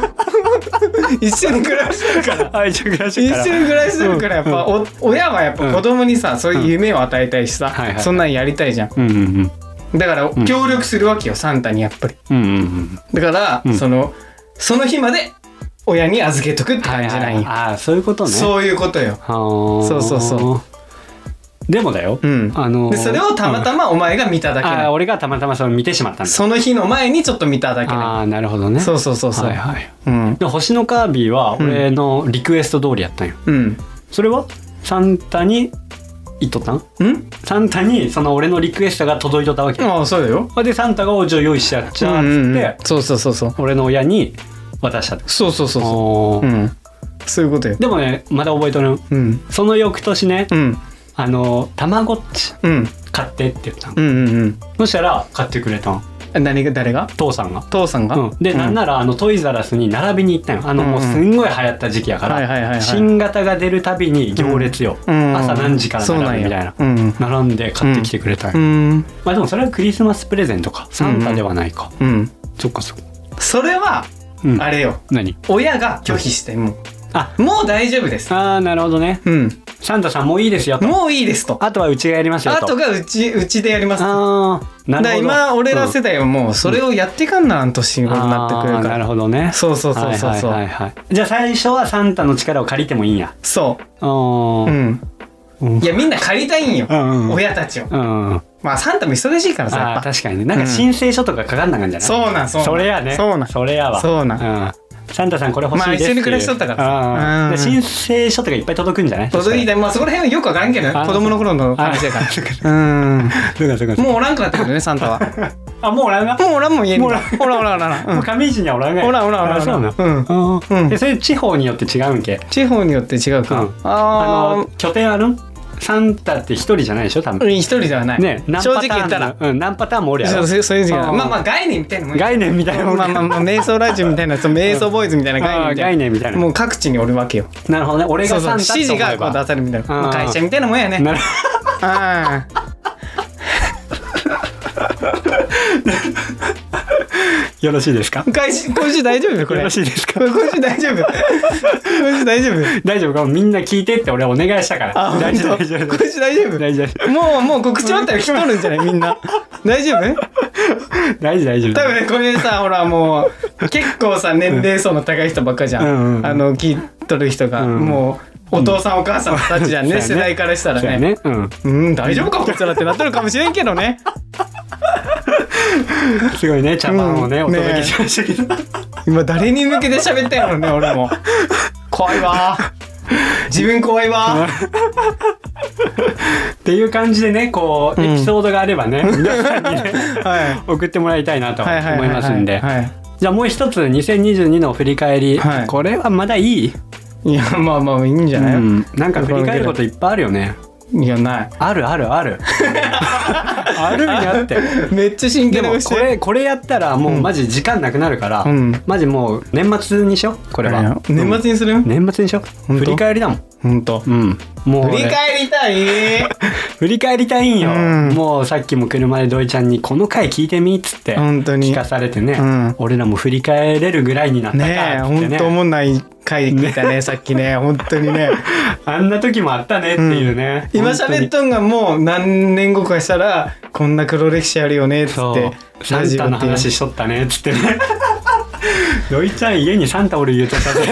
A: 一緒に暮らしてるから
B: あ 一緒に暮らして
A: 一
B: るから
A: 緒に暮らしてるからやっぱ、お親はやっぱ子供にさ、そういう夢を与えたいしさ、
B: はいはい
A: そんなんやりたいじゃん
B: うんうんうん
A: だから
B: ん
A: 協力するわけよ、サンタにやっぱり
B: うんうんうん
A: だから、
B: うん
A: そのその日まで親に預けとくって
B: は
A: 感
B: い
A: じな
B: はい
A: んよ、
B: ああそういうことね
A: そういうことよ
B: はー
A: そうそうそ
B: でもだよ、
A: うん
B: あのー
A: でそれをたまたまお前が見ただけ
B: あ
A: な
B: あ
A: の、
B: 俺がたまたまそれを見てしまったんだ
A: その日の前にちょっと見ただけな
B: ああなるほどね
A: のそうそうそうそう、
B: はいはい
A: うん
B: で星のカービィは俺のリクエスト通りやったんよ、
A: うん
B: それはサンタに言っとったん
A: うん
B: サンタにその俺のリクエストが届いとったわけ、
A: ああそうだよ
B: でサンタが「おじゃあ用意してやっちゃ」っつって、
A: うんうんうんそうそうそうそう
B: 俺の親に渡したってこ
A: そうそうそう
B: と
A: そ
B: お
A: うう
B: ー
A: んそういうことよ
B: でもねまだ覚えとる
A: うん
B: その翌年ね、
A: うん
B: あのーたまごっち
A: うん
B: 買ってって言ったの、
A: うんうんうん
B: そしたら買ってくれたん
A: あ何が誰が
B: 父さんが。
A: 父さんが、
B: うん、で、なんならあのトイザらスに並びに行ったよあの、
A: うんうん
B: もうすんごい流行った時期やから、
A: はいはいはいはい
B: 新型が出るたびに行列よ、
A: うん
B: 朝何時から並ぶみたいな
A: そうなんや
B: 並んで買ってきてくれたよ、
A: うんうん
B: まあでもそれはクリスマスプレゼントかサンタではないか、
A: うん
B: そっかそっか、
A: それは
B: うん、
A: あれよ
B: 何
A: 親が拒否しても
B: あ
A: うもう大丈夫です
B: あーなるほどね
A: うん
B: サンタさんもういいですよと
A: もういいですと
B: あとはうちがやりますよ
A: あ
B: と
A: とがうちうちでやりますだ
B: あーな
A: から
B: るほど
A: 今俺ら世代はもうそれをやってかんなあん年頃になってく
B: あ
A: る
B: ー
A: か
B: なる
A: ら
B: ほどね
A: そうそうそうそうそう
B: はいはいはいはいじゃあ最初はサンタの力を借りてもいいんや
A: そ
B: あ
A: うう
B: ー
A: ん
B: うん
A: いやみんな借りたいんよ
B: うんうん
A: 親たちを
B: うん
A: まあサンタも忙しいからさやっ
B: あー
A: ぱ
B: 確かにねなんか申請書とかかかんなかんじゃない、
A: そうなんそうなん
B: それやね
A: そうなん
B: それやわ
A: そう
B: なん、サンタさんこれ欲しいです
A: まあ一緒に暮らしとったからさ
B: さ、
A: うん
B: で申請書とかいっぱい届くんじゃない
A: 届いたまあそこら辺はよくわからんけどね
B: あー
A: 子供の頃の話だから
B: そっか
A: うん
B: そうかそうかそう
A: も
B: か
A: うおらんくなってくるねサンタは
B: あ もうおらんが
A: もうおらんもん家に
B: も
A: お
B: うお
A: ら
B: ら
A: んおらんおら
B: ん
A: んおらんう
B: もうん上市にはおらんが
A: おらんおらんおらん
B: あそうな
A: うん
B: の
A: う
B: うんんでそれ地方によって違うんけ
A: 地方によって違うか、
B: うんあ
A: あ
B: の拠点あるんサンタって一人じゃないでしょ多
A: あ
B: 分
A: 一人ではない、
B: ね何
A: 正
B: パターン
A: 直言ったら
B: うん何パターンもおるや
A: そ
B: ろ
A: うそうそういう時期
B: うん
A: まあまあ概念みたいなもんよ
B: 概念みたいなもん
A: まあまあまあ瞑想ラジオみたいなその瞑想ボーイズみたいな概念
B: あ
A: み
B: ー
A: た
B: 概
A: い
B: 念みたい
A: な
B: な
A: もう各地におるわけよ
B: なるほどね俺
A: そう
B: が
A: そう
B: サン
A: 指
B: タって
A: 示
B: 思
A: が
B: え
A: こう出
B: ば
A: されるみたいな、
B: うん
A: まあ、会社みたいなもんやね
B: なる
A: ああ
B: よろしいですか
A: 今週今週大丈夫よこれ
B: よろ
A: 今
B: しいですか
A: 週大丈夫今週大丈夫
B: 大丈夫かみんな聞いてって俺お願いしたから
A: あ
B: 大丈
A: 本
B: 夫大
A: 当
B: 丈夫
A: 今週大丈夫
B: 大丈夫
A: もうもう告知終わったら来とるんじゃないみんな大丈夫
B: 大丈夫大丈夫
A: 多分ねこれさほらもう結構さ年齢層の高い人ばっかじゃん,、
B: うんうんうん
A: あの聞いとる人が、
B: うん
A: もうお父さんお母さんたちじゃんね、
B: うん
A: 世代からしたら
B: そう
A: ね
B: やねうん
A: うん大丈夫かこいつらってなっとるかもしれんけどね
B: すごいね茶番をね、
A: うん
B: お届けしましたけど、
A: 今誰に向けて喋ったんやろね俺も怖いわ自分怖いわ
B: っていう感じでねこう、
A: うん
B: エピソードがあればね皆さんにね
A: は
B: 送ってもらいたいなと
A: いはいはい
B: 思いますんで
A: はいは
B: じゃあもう一つ2022の振り返り、
A: はい
B: これはまだいい、
A: い、いやまあまあいいんじゃない、
B: うん、なんか振り返ることいっぱいあるよね
A: いやない
B: あるある あるあるんやって
A: めっちゃ真
B: で
A: 剣な顔
B: も
A: して
B: これこれやったらもうマジ時間なくなるから、
A: うん
B: マジもう年末にしようこれは
A: 年末にする、
B: うん年末にしよう
A: 本当
B: 振り返りだもん
A: ほんと
B: うんもう
A: 振
B: 俺
A: り返りた い
B: 振り返りたいんよ、
A: うん
B: もうさっきも車で土井ちゃんに「この回聞いてみ」っつって
A: 本当に
B: 聞かされてね、
A: うん
B: 俺らも振り返れるぐらいになったか
A: ねえ、
B: っつっ
A: 本
B: て
A: 当思んない回聞いたね、さっきね、本当に ね。
B: あんな時もあったねっていうね、
A: 今喋っとんがもう何年後かしたら、こんな黒歴史あるよね、つ
B: 本
A: っ
B: 当に
A: て。
B: そうサンタの話しとったねっつっ てね土井ちゃん家にサンタおる言うとったね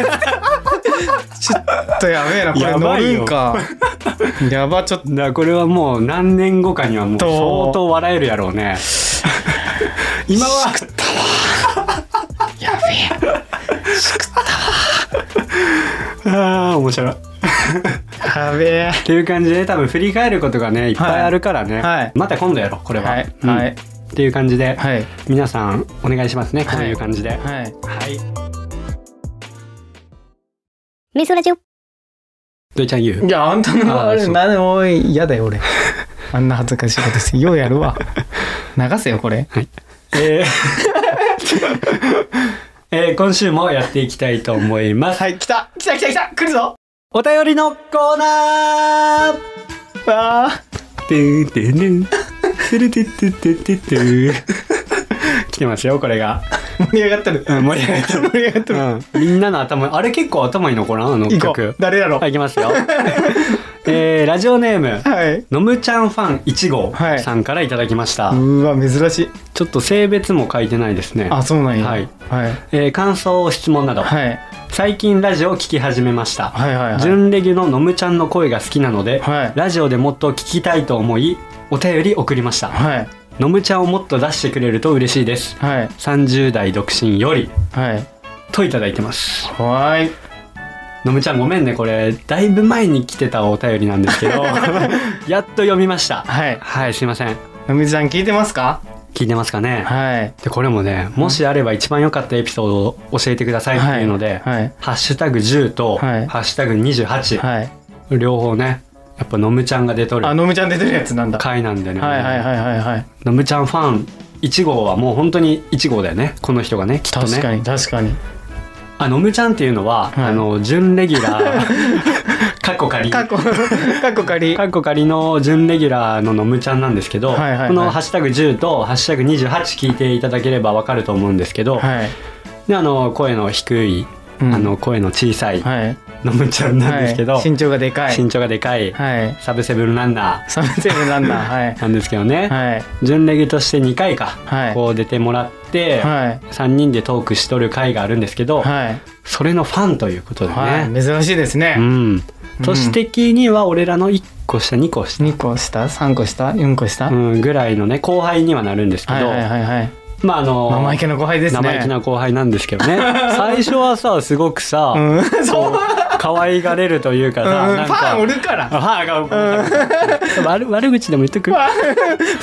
A: ちょっとやべえな、これ
B: や
A: 乗
B: ばいよ
A: るんか。 やば、ちょっと。
B: だからこれはもう何年後かにはもう
A: と
B: 相当笑えるやろうね 今は
A: やべえ。
B: ああ面白いっ
A: やべえ。
B: ていう感じで多分振り返ることがねいっぱいあるからね、
A: はいはい
B: また今度やろうこれは、
A: はい。
B: うん
A: はい。
B: っていう感じで、
A: はい。
B: 皆さんお願いしますねこういう感じで、はい
A: はい。
C: メソラジオ
B: どいちゃん言う
A: いや、あんたの
B: あー
A: あれ、
B: そう
A: なんでもう嫌だよ、俺。 あんな恥ずかしいことして、ようやる わ。流せよ、これ。
B: えー えー今週もやっていきたいと思います、
A: はい、来た来た来た来た来るぞ
B: お便りのコーナー
A: ああ
B: てんてんてんてるてってってってって来てますよこれが、
A: 盛り上がってる
B: うん、盛り上がって
A: 盛り上がってる
B: る、うん、みんなの頭あれ結構頭に残らんあの
A: 行こ
B: 曲
A: う誰だろう
B: はい、いきますよえー、ラジオネーム
A: はい
B: のむちゃんファン1
A: は
B: 号
A: い
B: さんからいただきました、
A: うわ珍しい
B: ちょっと性別も書いてないですね
A: あそうなんや
B: はい
A: はい
B: えー感想質問など、
A: はい
B: 最近ラジオを聞き始めました、
A: はいはいはい
B: 準レギュののむちゃんの声が好きなので、
A: はい
B: ラジオでもっと聞きたいと思いお便り送りました、
A: はい
B: のむちゃんをもっと出してくれると嬉しいです
A: はい
B: 30代独身より
A: はい
B: といただいてます
A: 怖い
B: のむちゃんごめんねこれだいぶ前に来てたお便りなんですけ どやっと読みました
A: はい
B: はいすいません
A: のみちゃん聞いてますか
B: 聞いてますかね、
A: はい
B: でこれもねもしあれば一番良かったエピソードを教えてくださいっていうので、
A: はい
B: ハッシュタグ10と、
A: はい
B: ハッシュタグ28、
A: はい
B: 両方ねやっぱのむちゃんが出と
A: あ
B: る
A: のみちゃん出てるやつなんだは
B: 回なんでね、
A: いはいはいはいはい
B: のむちゃんファン1号はもう本当に1号だよねこの人がねきっと
A: 確
B: ね
A: かに確かに
B: あのむちゃんっていうのは、
A: はい
B: あの準レギュ ラーかっこ仮
A: 過
B: か
A: 去過去仮
B: っこ仮の準レギュラーののむちゃんなんですけど、
A: はいはいはい
B: この「ハッシュタグ #10」と「ハッシュタグ #28」聞いていただければわかると思うんですけど、
A: はい
B: であの声の低い、
A: うん
B: あの声の小さい
A: はい
B: のむちゃんなんですけど、
A: はい身長がでかい
B: 身長がでかい、
A: はい
B: サブセブンランナ
A: サムセブンラ ンナー
B: ーなんですけどね、
A: はい
B: 準レギュとして2回か、
A: はい
B: こう出てもらって、
A: はい
B: 3人でトークしとる回があるんですけど、
A: はい
B: それのファンということでね、
A: はい、はい、珍しいです
B: う
A: ね、
B: ん、年的には俺らの1個下2個下、
A: 二2個下3個下4個下、
B: うん、ぐらいのね後輩にはなるんですけ
A: はい
B: ど、
A: はいはいはい
B: まああの
A: 生意気な後輩ですね
B: 生意 気な後輩なんですけどね最初はさすごくさ、
A: うん
B: こう可愛がれるという
A: う
B: か
A: ん
B: さ、なん
A: フ
B: か
A: ァンおるから
B: あファンが悪悪口でも言っとくだ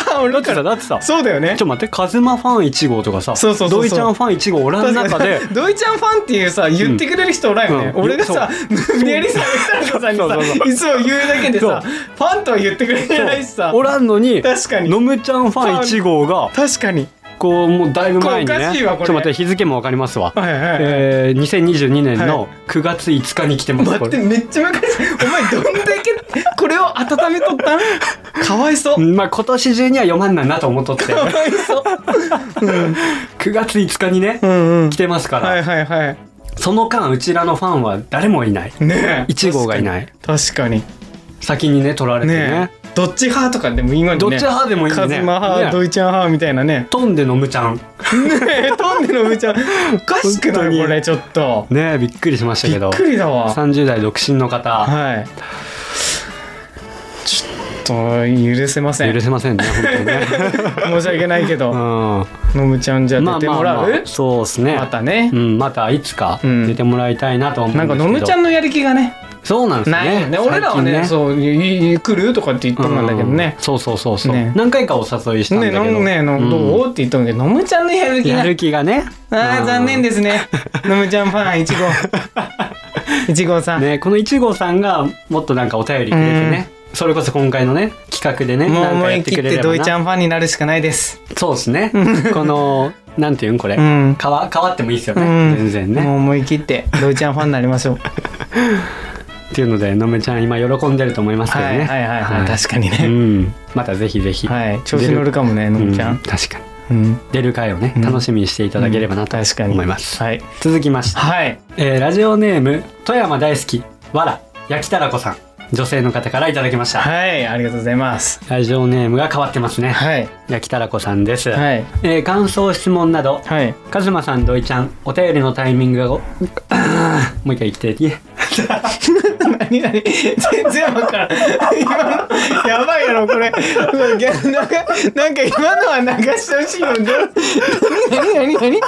A: ファンおる
B: っ
A: か
B: てさ
A: ら
B: だってさ
A: そうだよね
B: ちょっと待って、カズマファン1号とかさ、
A: そうそうそうそう
B: ドイちゃんファン1号おらん中で、
A: ドイちゃんファンっていうさ言ってくれる人おらんよね、
B: うん
A: 俺がさ 無理やりさ北野さんにさ
B: そうそうそう
A: いつも言うだけでさファンとは言ってくれないしさ
B: おらんのに、
A: 確かに
B: のむちゃんファン1号が、
A: 確かに
B: こう、もうだいぶ前に
A: これお
B: ね、
A: かしい
B: ちょ
A: わ
B: っ
A: これ
B: と待って、日付もわかりますわ。
A: はいはい、はい
B: えー、2022年の
A: は
B: 9月5日に来てます、
A: 待って
B: こ
A: めっちゃ昔お前どんだけこれを温めとったんかわいそう
B: れ。まあ今年中には読まんなんなと思っとって、
A: かわいそう
B: 9月5日にね、
A: うんうん
B: 来てますから、
A: はいはいはい
B: その間、うちらのファンは誰もいない。
A: ねえ
B: 1号がいない。
A: 確かに
B: 先にね、取られてね。
A: ねえどっち派とかでも今にね
B: どっち派でもいいね
A: カズマ派、
B: ね
A: ドイちゃん派みたいなね
B: 飛んでのむちゃん。
A: ねえトンネルのむちゃんおかしく
B: 本
A: な
B: 当
A: い
B: に
A: これちょっと
B: ねえびっくりしました
A: び
B: けど
A: っ。くりだわ
B: 30代独身の方。
A: はいちょっと許せません
B: 許せませんね本当にね、
A: 申し訳ないけ
B: うん、
A: ど
B: ま
A: のむちゃんじゃ
B: あ
A: あ
B: ま
A: 出
B: あ
A: てもら
B: ま
A: う
B: あそうですね
A: またね
B: うん、またいつか
A: うん
B: 出てもらいたいなと思うんで
A: な
B: す
A: ん
B: けど、
A: かのむちゃんのやる気がね
B: そうなんですね
A: ないよね
B: 最近
A: 俺らはねそういい来るとかって言っとんだけどね
B: うんそうそうそうそう、
A: ね
B: 何回かお誘いしたんだ
A: ね
B: けど
A: のねの
B: うん
A: どうって言っとんだけどのむちゃんのやる気
B: や
A: が
B: る気がね
A: あ
B: う
A: ー
B: ん
A: 残念です ねのむちゃんファンいちごいちごさん
B: ねこの1号さんがもっとなんかお便りくれてね、それこそ今回のね企画でね
A: もう
B: なん
A: 思
B: かや
A: い
B: って
A: 切
B: く
A: っ
B: れ
A: て
B: れ
A: ド
B: ば
A: イち
B: な
A: ゃんファンになるしかないです
B: そうですねこのなんていうんこれ、
A: うん
B: 変わ変わってもいいですよね、
A: うん
B: 全然ね、
A: もう思い切ってドイちゃんファンになりましょう
B: っていうのでのめちゃん今喜んでると思いますけど
A: はい
B: ね、
A: はいはいはい、
B: はい
A: 確かに
B: う
A: ね、
B: ん、またぜひぜひ、
A: はい調子乗るかもねの
B: う
A: む
B: ん、
A: ちゃん、
B: 確かに
A: うん、
B: 出る回をね、
A: うん
B: 楽しみにしていただければなと
A: 確かに
B: 思います、
A: はい
B: 続きまして、
A: はい
B: えーラジオネーム富山大好きわら焼きたらこさん女性の方からいただきました、
A: はいありがとうございます
B: ラジオネームが変わってますね、
A: はい
B: 焼きたらこさんです、
A: はい
B: えー感想質問など
A: はい
B: カズマさんドイちゃんお便りのタイミングがご もう一回生きていえ
A: 何何 全然わからん今のやばいやろこれ うわぎゃなんかなんか今のは流してほしいのに何何何何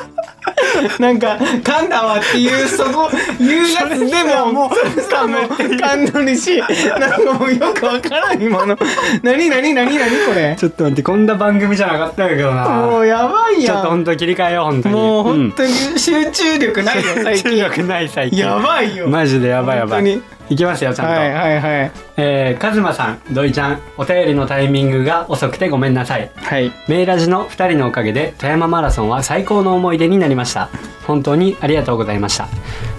A: なんか噛んだわっていうそこ言うやつでももうかもう噛んどるしなんかもうよくわからん今の何何何何これ
B: ちょっと待ってこんな番組じゃなかったんやけど
A: も
B: な
A: うやばい
B: ちょっ
A: や
B: と
A: ん
B: 本当切り替えよう本当に
A: もう本
B: に、
A: 当に集中力ないよ最
B: 中
A: 近
B: 学ない最近
A: やばいよ
B: マジでやばいやば
A: 本
B: いいきますよちゃんと、
A: はいはいはい
B: えー、カズマさん、ドイちゃん、お便りのタイミングが遅くてごめんなさい。
A: はい
B: メイラジの2人のおかげで富山マラソンは最高の思い出になりました。本当にありがとうございました。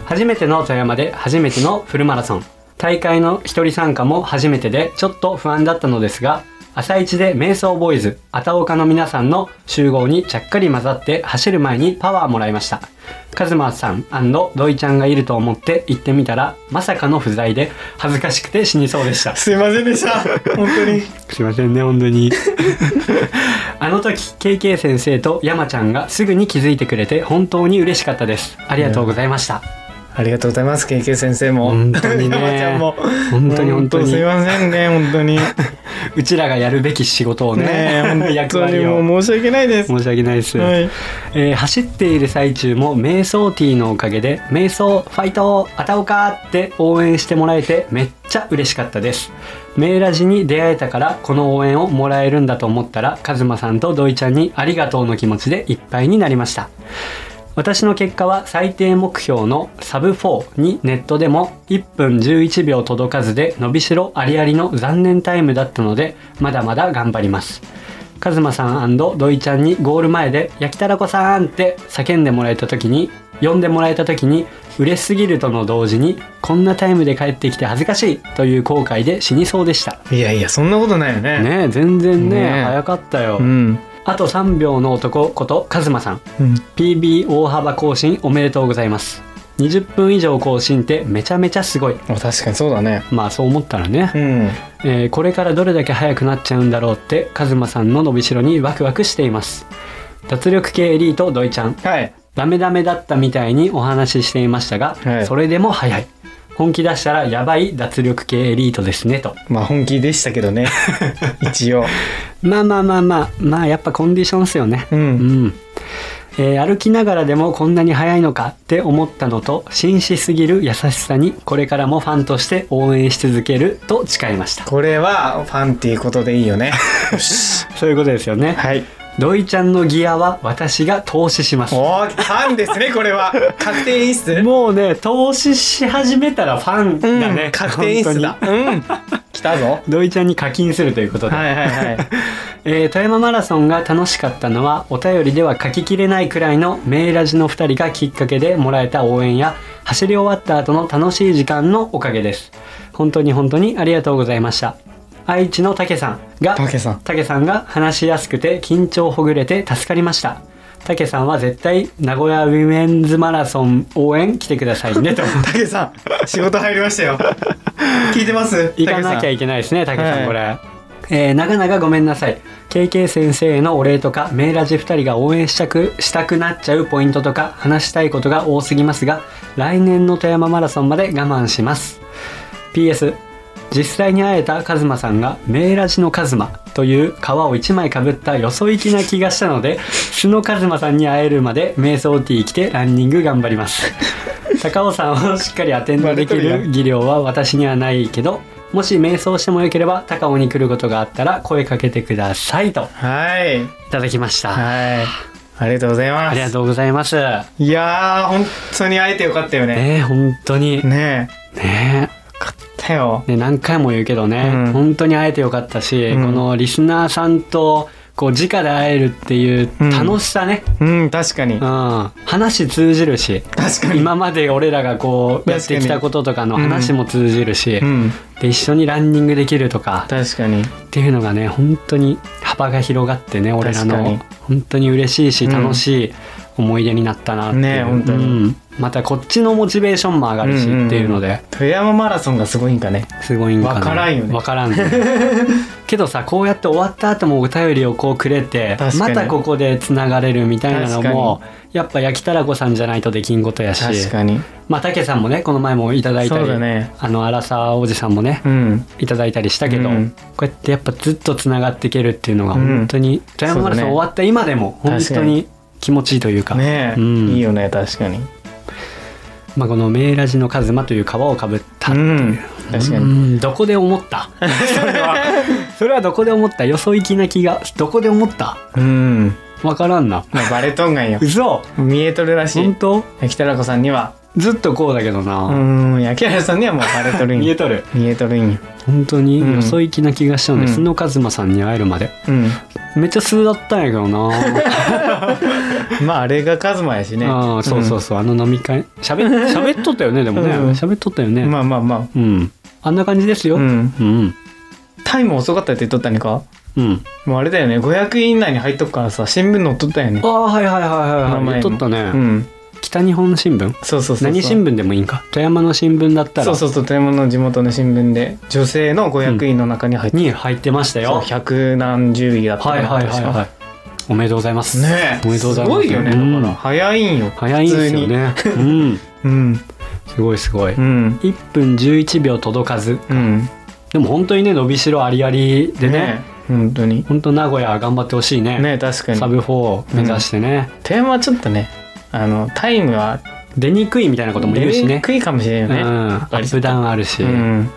B: 初めての富山で初めてのフルマラソン。大会の一人参加も初めてでちょっと不安だったのですが朝一で瞑想ボーイズあたおかの皆さんの集合にちゃっかり混ざって走る前にパワーもらいましたカズマさん土井ちゃんがいると思って行ってみたらまさかの不在で恥ずかしくて死にそうでした
A: すいませんでした本当に
B: すいませんね本当に あの時 KK 先生と山ちゃんがすぐに気づいてくれて本当に嬉しかったですありがとうございました、
A: ありがとうございます KK 先生も
B: 本当にね
A: 山ちゃんも
B: 本当に本当に
A: すいませんね本当にね
B: うちらがやるべき仕事をね
A: え本
B: 役
A: 当に
B: 割を
A: もう申し訳ないです
B: 申し訳ないです、
A: はい
B: えー走っている最中も瞑想ティーのおかげで瞑想ファイトあたおかって応援してもらえてめっちゃ嬉しかったですメーラジに出会えたからこの応援をもらえるんだと思ったらカズマさんと土井ちゃんにありがとうの気持ちでいっぱいになりました私の結果は最低目標のサブ4にネットでも1分11秒届かずで伸びしろありありの残念タイムだったのでまだまだ頑張りますカズマさん土井ちゃんにゴール前で「焼きたらこさん!」って叫んでもらえた時に呼んでもらえた時に嬉しすぎるとの同時にこんなタイムで帰ってきて恥ずかしいという後悔で死にそうでした
A: いやいやそんなことないよね
B: ねえ全然ね
A: ねえ
B: 早かったよ、
A: うん、
B: あと3秒の男ことカズマさん
A: うん、
B: PB 大幅更新おめでとうございます20分以上更新ってめちゃめちゃすごい
A: 確かにそうだね
B: まあそう思ったらね、
A: うん
B: えーこれからどれだけ速くなっちゃうんだろうってカズマさんの伸びしろにワクワクしています脱力系エリートドイちゃん
A: はい
B: ダメダメだったみたいにお話ししていましたが、
A: はい
B: それでも速い本気出したらやばい脱力系エリートですねと
A: まあ本気でしたけど ね一応
B: まあまあまあまあまあやっぱコンディションっすよね
A: う
B: うんん、えー歩きながらでもこんなに速いのかって思ったのと紳士すぎる優しさにこれからもファンとして応援し続けると誓いました
A: これはファンっていうことでいいよ ねよし
B: そういうことですよね
A: はい
B: 土井ちゃんのギアは私が投資します
A: おーファンですねこれ は確定演出
B: もうね投資し始めたらファン
A: うん
B: だね、
A: 確定演出だ
B: 本当に
A: うん来たぞ
B: 土井ちゃんに課金するということで、
A: はいはいはい
B: えー富山マラソンが楽しかったのはお便りでは書ききれないくらいのメイラジの2人がきっかけでもらえた応援や走り終わった後の楽しい時間のおかげです本当に本当にありがとうございました愛知のたけさんが
A: たけさん
B: たけさんが話しやすくて緊張ほぐれて助かりましたたけさんは絶対名古屋ウィメンズマラソン応援来てくださいねと
A: たけさん仕事入りましたよ聞いてます
B: 行かなきゃ
A: い
B: いけないですね、たけさ
A: は
B: ん、
A: い
B: これ。えー、長々ごめんなさい KK 先生へのお礼とかメイラジ2人が応援したくしたくなっちゃうポイントとか話したいことが多すぎますが来年の富山マラソンまで我慢します PS 実際に会えたカズマさんがメイラジのカズマという皮を一枚かぶったよそ行きな気がしたの で素のカズマさんに会えるまで瞑想ティー着てランニング頑張ります 高尾山をしっかりアテンドできる技量は私にはないけどもし瞑想してもよければ高尾に来ることがあったら声かけてくださいと
A: はい
B: いただきました
A: はいありがとうございます
B: ありがとうございます
A: いやー本当に会えてよかったよね
B: ねえ本当に
A: ね
B: ねえ
A: えだよ
B: ね、何回も言うけどね、
A: うん
B: 本当に会えてよかったし、
A: うん
B: このリスナーさんとこう直で会えるっていう
A: うん
B: 楽しさね、
A: うん確かに
B: うん話通じるし
A: 確かに
B: 今まで俺らがこうやってきたこととかの話も通じるし、
A: うん
B: で一緒にランニングできるとか
A: 確かに
B: っていうのがね本当に幅が広がってね俺ら
A: 確か
B: の
A: に
B: 本当に嬉しいし
A: うん
B: 楽しい思い出になったなっていう、
A: ねえ本当に
B: うんまたこっちのモチベーションも上がるしっていうので。
A: 富山マラソンがすごいんかね
B: すごいんかな
A: わからんよね
B: わから んねけどさこうやって終わった後もお便りをこうくれて
A: 確か
B: ま
A: に
B: たここでつながれるみたいなのも
A: 確
B: やっぱ焼きたらこさんじゃないとできんことやし
A: 確かに
B: まあたけさんもねこの前もいただいた
A: そう
B: り、
A: だね
B: あの荒沢おじさんもね
A: うん
B: いただいたりしたけど、
A: うん
B: こうやってやっぱずっとつながっていけるっていうのが
A: うん
B: 本当に、富山マラソン
A: そうだね
B: 終わった今でも本
A: 確
B: 当
A: か
B: に
A: に
B: 気持ちいいというか
A: ねえ
B: うん
A: いいよね確かに
B: まあ、この「メイラジのカズマ」という皮をかぶった
A: うん確か
B: う
A: に
B: んどこで思った それはそれはどこで思ったよそ行きな気がどこで思った
A: うん
B: わからんな
A: まあバレとんがんよ
B: 嘘
A: 見えとるらし
B: 本
A: い
B: 当
A: 焼きたらこさんには
B: ずっとこうだけど
A: う
B: な、
A: ん焼きたらこさんにはもうバレとるん
B: 見え
A: よ
B: とる
A: 見えとるんよ
B: 本当に、
A: うん
B: よそ行きな気がしたので、
A: うん
B: 須野一馬さんに会えるまで
A: うん
B: めっちゃ素だったんやけどな
A: まああれがカズマやしね
B: ああ そうそうそう、あの飲み会しゃべしゃべっとったよねでもね
A: うん
B: しゃべっとったよね、
A: まあまあまあ
B: うんあんな感じですよ。
A: う
B: うん。
A: ん
B: うん。
A: タイム遅かったって言っとったねか
B: うん。
A: もうあれだよね500位以内に入っとくからさ新聞載っとったよね
B: ああ、はいはいはいはい
A: 名
B: はい。言
A: 前
B: っ
A: も
B: とったね。
A: うん
B: 北日本新聞
A: そうそうそうそう
B: 何新聞でもいいんか。富山の新聞だったら。
A: そうそうそう富山の地元の新聞で女性の500位の中に入って
B: に入ってました
A: そう
B: よ。
A: 百何十位だったか
B: はい
A: な
B: はいはい
A: 確
B: は
A: か
B: い。おめでとうございます。
A: ね
B: お
A: え
B: めでとうございます
A: ごいよねだ
B: うん
A: から早いんよ
B: 早いんですよね。うん。
A: うん
B: すごいすごい。
A: うん
B: 1分11秒届かず。
A: うん
B: でも本当にね、伸びしろありありでね。
A: え本当に
B: 本当名古屋頑張ってほしいね。
A: ねえ確か
B: サ
A: に
B: ブ4を目指してね。
A: テーマはちょっとねあのタイムは
B: 出にくいみたいなことも言うし
A: 出に
B: ね。
A: くいかもしれ
B: うん。
A: ないよね
B: アップダウンあるし。
A: うん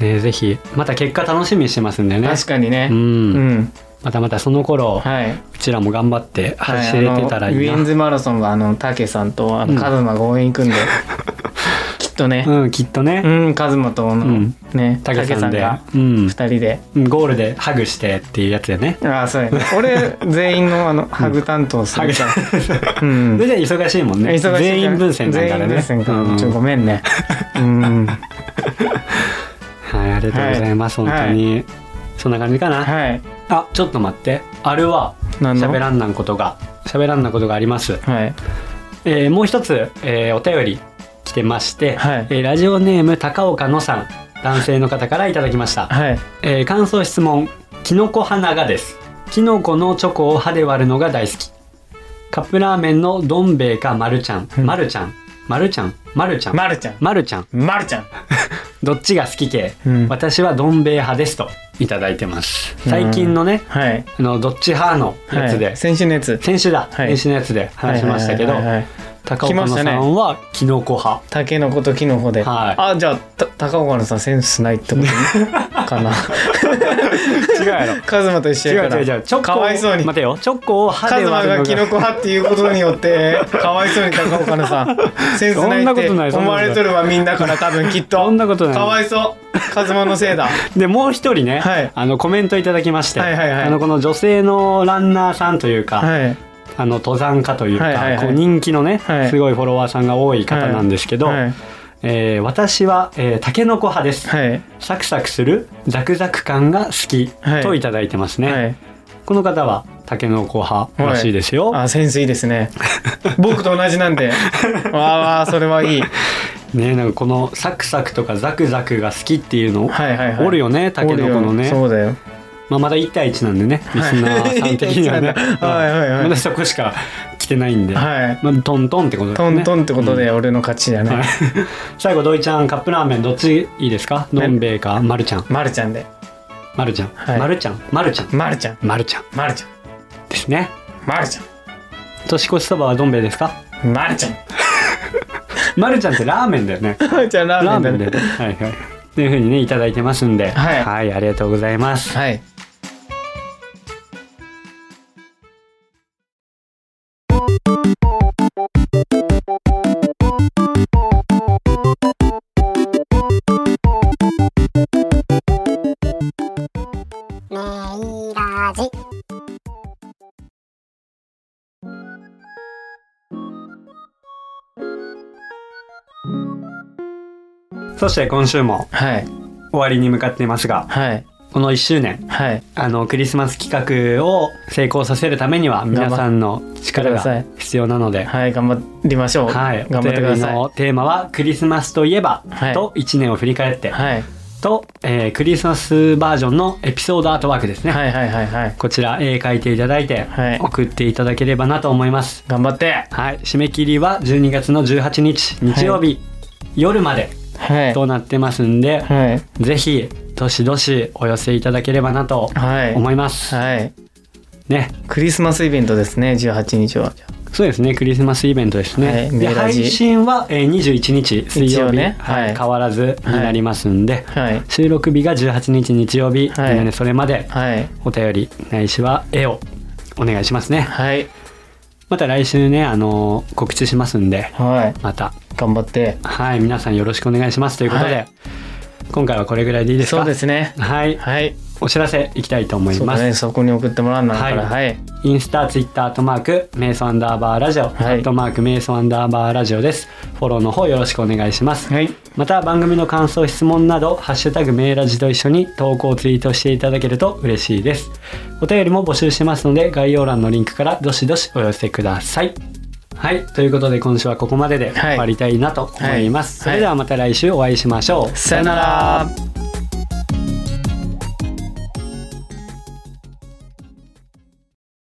B: ねぜひまた結果楽しみにしてますんでね
A: 確かにね
B: う、
A: うんん
B: またまたその頃、
A: はいう
B: ちらも頑張って
A: はい
B: 走れてたらいい
A: あのウ
B: な、
A: ィンズマラソンはあのタケさんとあ
B: うん
A: のカズマが応援行くん できっとね
B: うんきっと
A: う
B: ね
A: んカズマとあ
B: う
A: の
B: ん
A: ねタ
B: たけ
A: ケ
B: さ
A: さ
B: ん
A: ん
B: で
A: が
B: うん
A: 二人で
B: うんゴールでハグしてっていうやつでね
A: ああそうやね俺全員のあのハグ担当するからうん
B: それじゃ忙しいもんね
A: 忙しいから
B: 全員分線なんからね
A: 全員分線から
B: うん
A: ちょっとごめんね うん
B: はいありがとうございます、
A: はい
B: 本当に、そんな感じかな、
A: はい
B: あちょっと待ってあれは
A: 何の
B: 喋らんなんことが喋らんなんことがあります、
A: はい
B: えーもう一つ、えーお便り来てまして、
A: はい
B: えーラジオネーム高岡のさん男性の方からいただきました
A: はい
B: えー感想質問きのこ花がですきのこのチョコを歯で割るのが大好きカップラーメンのどん兵衛かまるちゃん
A: うん
B: まるちゃんまるちゃんまるちゃん
A: まるちゃん
B: まるちゃん
A: まるちゃん
B: どっちが好き系、
A: うん
B: 私はどん兵衛派ですといただいてます最近のね、
A: はい
B: あのどっち派のやつで、
A: はい先週のやつ
B: 先週だ、
A: はい
B: 先週のやつで話しましたけど、
A: はいはいはいはい
B: 高岡野さんはきのこ派
A: タケノコとキノコで、
B: はい
A: あじゃあた高岡のさんセンスないってことね かな
B: 違うやろ
A: カズマと一緒
B: 違
A: や
B: う
A: から
B: 違う違うチョコを
A: かわいそうに
B: 待てよチョコを歯
A: カ
B: で
A: ズマ
B: 割る
A: が
B: の
A: キノコ派っていうことによってかわいそうに高岡のさんセンスない
B: そんな
A: っ
B: こ
A: て
B: とないそんなこ
A: 思わ
B: とない
A: れとるわみんなから多分きっと
B: そんなことない
A: かわいそうカズマのせいだ
B: でもう一人ね、
A: はい
B: あのコメントいただきまして、
A: はいはいはい
B: あのこの女性のランナーさんというか、
A: はい
B: あの登山家というか、
A: はいはいはい
B: こう人気のね、
A: はい
B: すごいフォロワーさんが多い方なんですけど、
A: はい
B: えー私は、えー、タケノコ派です、
A: はい
B: サクサクするザクザク感が好き、
A: はい
B: といただいてますね、
A: はい
B: この方はタケノコ派らしいですよ、
A: あセンスいいです ね僕と同じなんでわーわーそれはいい
B: ねなんかこのサクサクとかザクザクが好きっていうの、
A: はいはいはい
B: おるよねタケノ
A: お
B: コの
A: るよ
B: ね
A: そうだよ
B: まあ、まだ1対1なんでねリスナーさん的にはね、
A: はいはいはいはい
B: まだそこしか来てないんで、
A: はい
B: まあ、トントンってことです
A: ト
B: ね
A: ントンってことで俺の勝ちだね、
B: はい最後土井ちゃんカップラーメンどっちいいですかどん兵衛かまるちゃん
A: まるちゃんで
B: まるちゃん
A: はい
B: まるちゃんまるちゃん
A: まるちゃん
B: まるちゃん
A: まるちゃん
B: ですね
A: まるち
B: 年越しそばはどん兵衛で すか
A: ゃんまるちゃん
B: まるちゃんってラーメンだよね
A: まるちゃんラ
B: ラー
A: ー
B: メ
A: メ
B: ン
A: ン
B: だ
A: だ
B: よ
A: ね
B: ねはいはいというふうにねいただいてますんでは
A: はい
B: ありがとうございます
A: はい
C: メイラジ。
B: そして今週も
A: はい
B: 終わりに向かっていますが
A: はい
B: この1周年
A: はい
B: あのクリスマス企画を成功させるためには皆さんの力
A: 頑張
B: が
A: ってく
B: 必要なので
A: はい頑張りましょう
B: はい、
A: 頑張ってください
B: お便りのテーマはクリスマスといえば、
A: はい
B: と1年を振り返って、
A: はい
B: と、えークリスマスバージョンのエピソードアートワークですね。
A: はいはいはいはい
B: こちら絵描いていただいて、
A: はい
B: 送っていただければなと思います。
A: 頑張って
B: はい、締め切りは12月の18日日曜日、夜まで
A: はい
B: となってますんで、
A: はい
B: ぜひどしどしお寄せいただければなと
A: はい
B: 思います。
A: はい
B: ね、
A: クリスマスイベントですね18日は
B: そうですねクリスマスイベントです
A: は
B: ね、
A: い
B: で
A: メラ
B: 配
A: ジ
B: 信は、えー、21日水
A: 一
B: 曜
A: 応
B: 日、
A: ね
B: はい
A: はい
B: 変わらずになりますんで、
A: はい
B: 収録日が18日日曜日、
A: はい
B: みんなねそれまで
A: はい
B: お便りないしは絵をお願いしますね
A: はい
B: また来週ねあのー告知しますんで
A: はい
B: また
A: 頑張って
B: はい皆さんよろしくお願いしますということで、
A: はい
B: 今回はこれぐらいでいいですか
A: そうですね
B: はい
A: はい
B: お知らせいきたいと思い
A: そう
B: ま
A: だ
B: す、
A: ねそこに送ってもらうなだから
B: は
A: はい
B: インスタ、ツイッター、アットマーク、メイソンアンダーバーラジ
A: は
B: オ、
A: い
B: アットマーク、メイソンアンダーバーラジオです。フォローの方よろしくお願いします。
A: はい
B: また番組の感想、質問など、ハッシュタグメイラジと一緒に投稿、ツイートしていただけると嬉しいです。お便りも募集してますので、概要欄のリンクからどしどしお寄せください。はい、ということで今週はここまでで終わりたいなと思います。
A: はい
B: それではまた来週お会いしましょう。
A: さよなら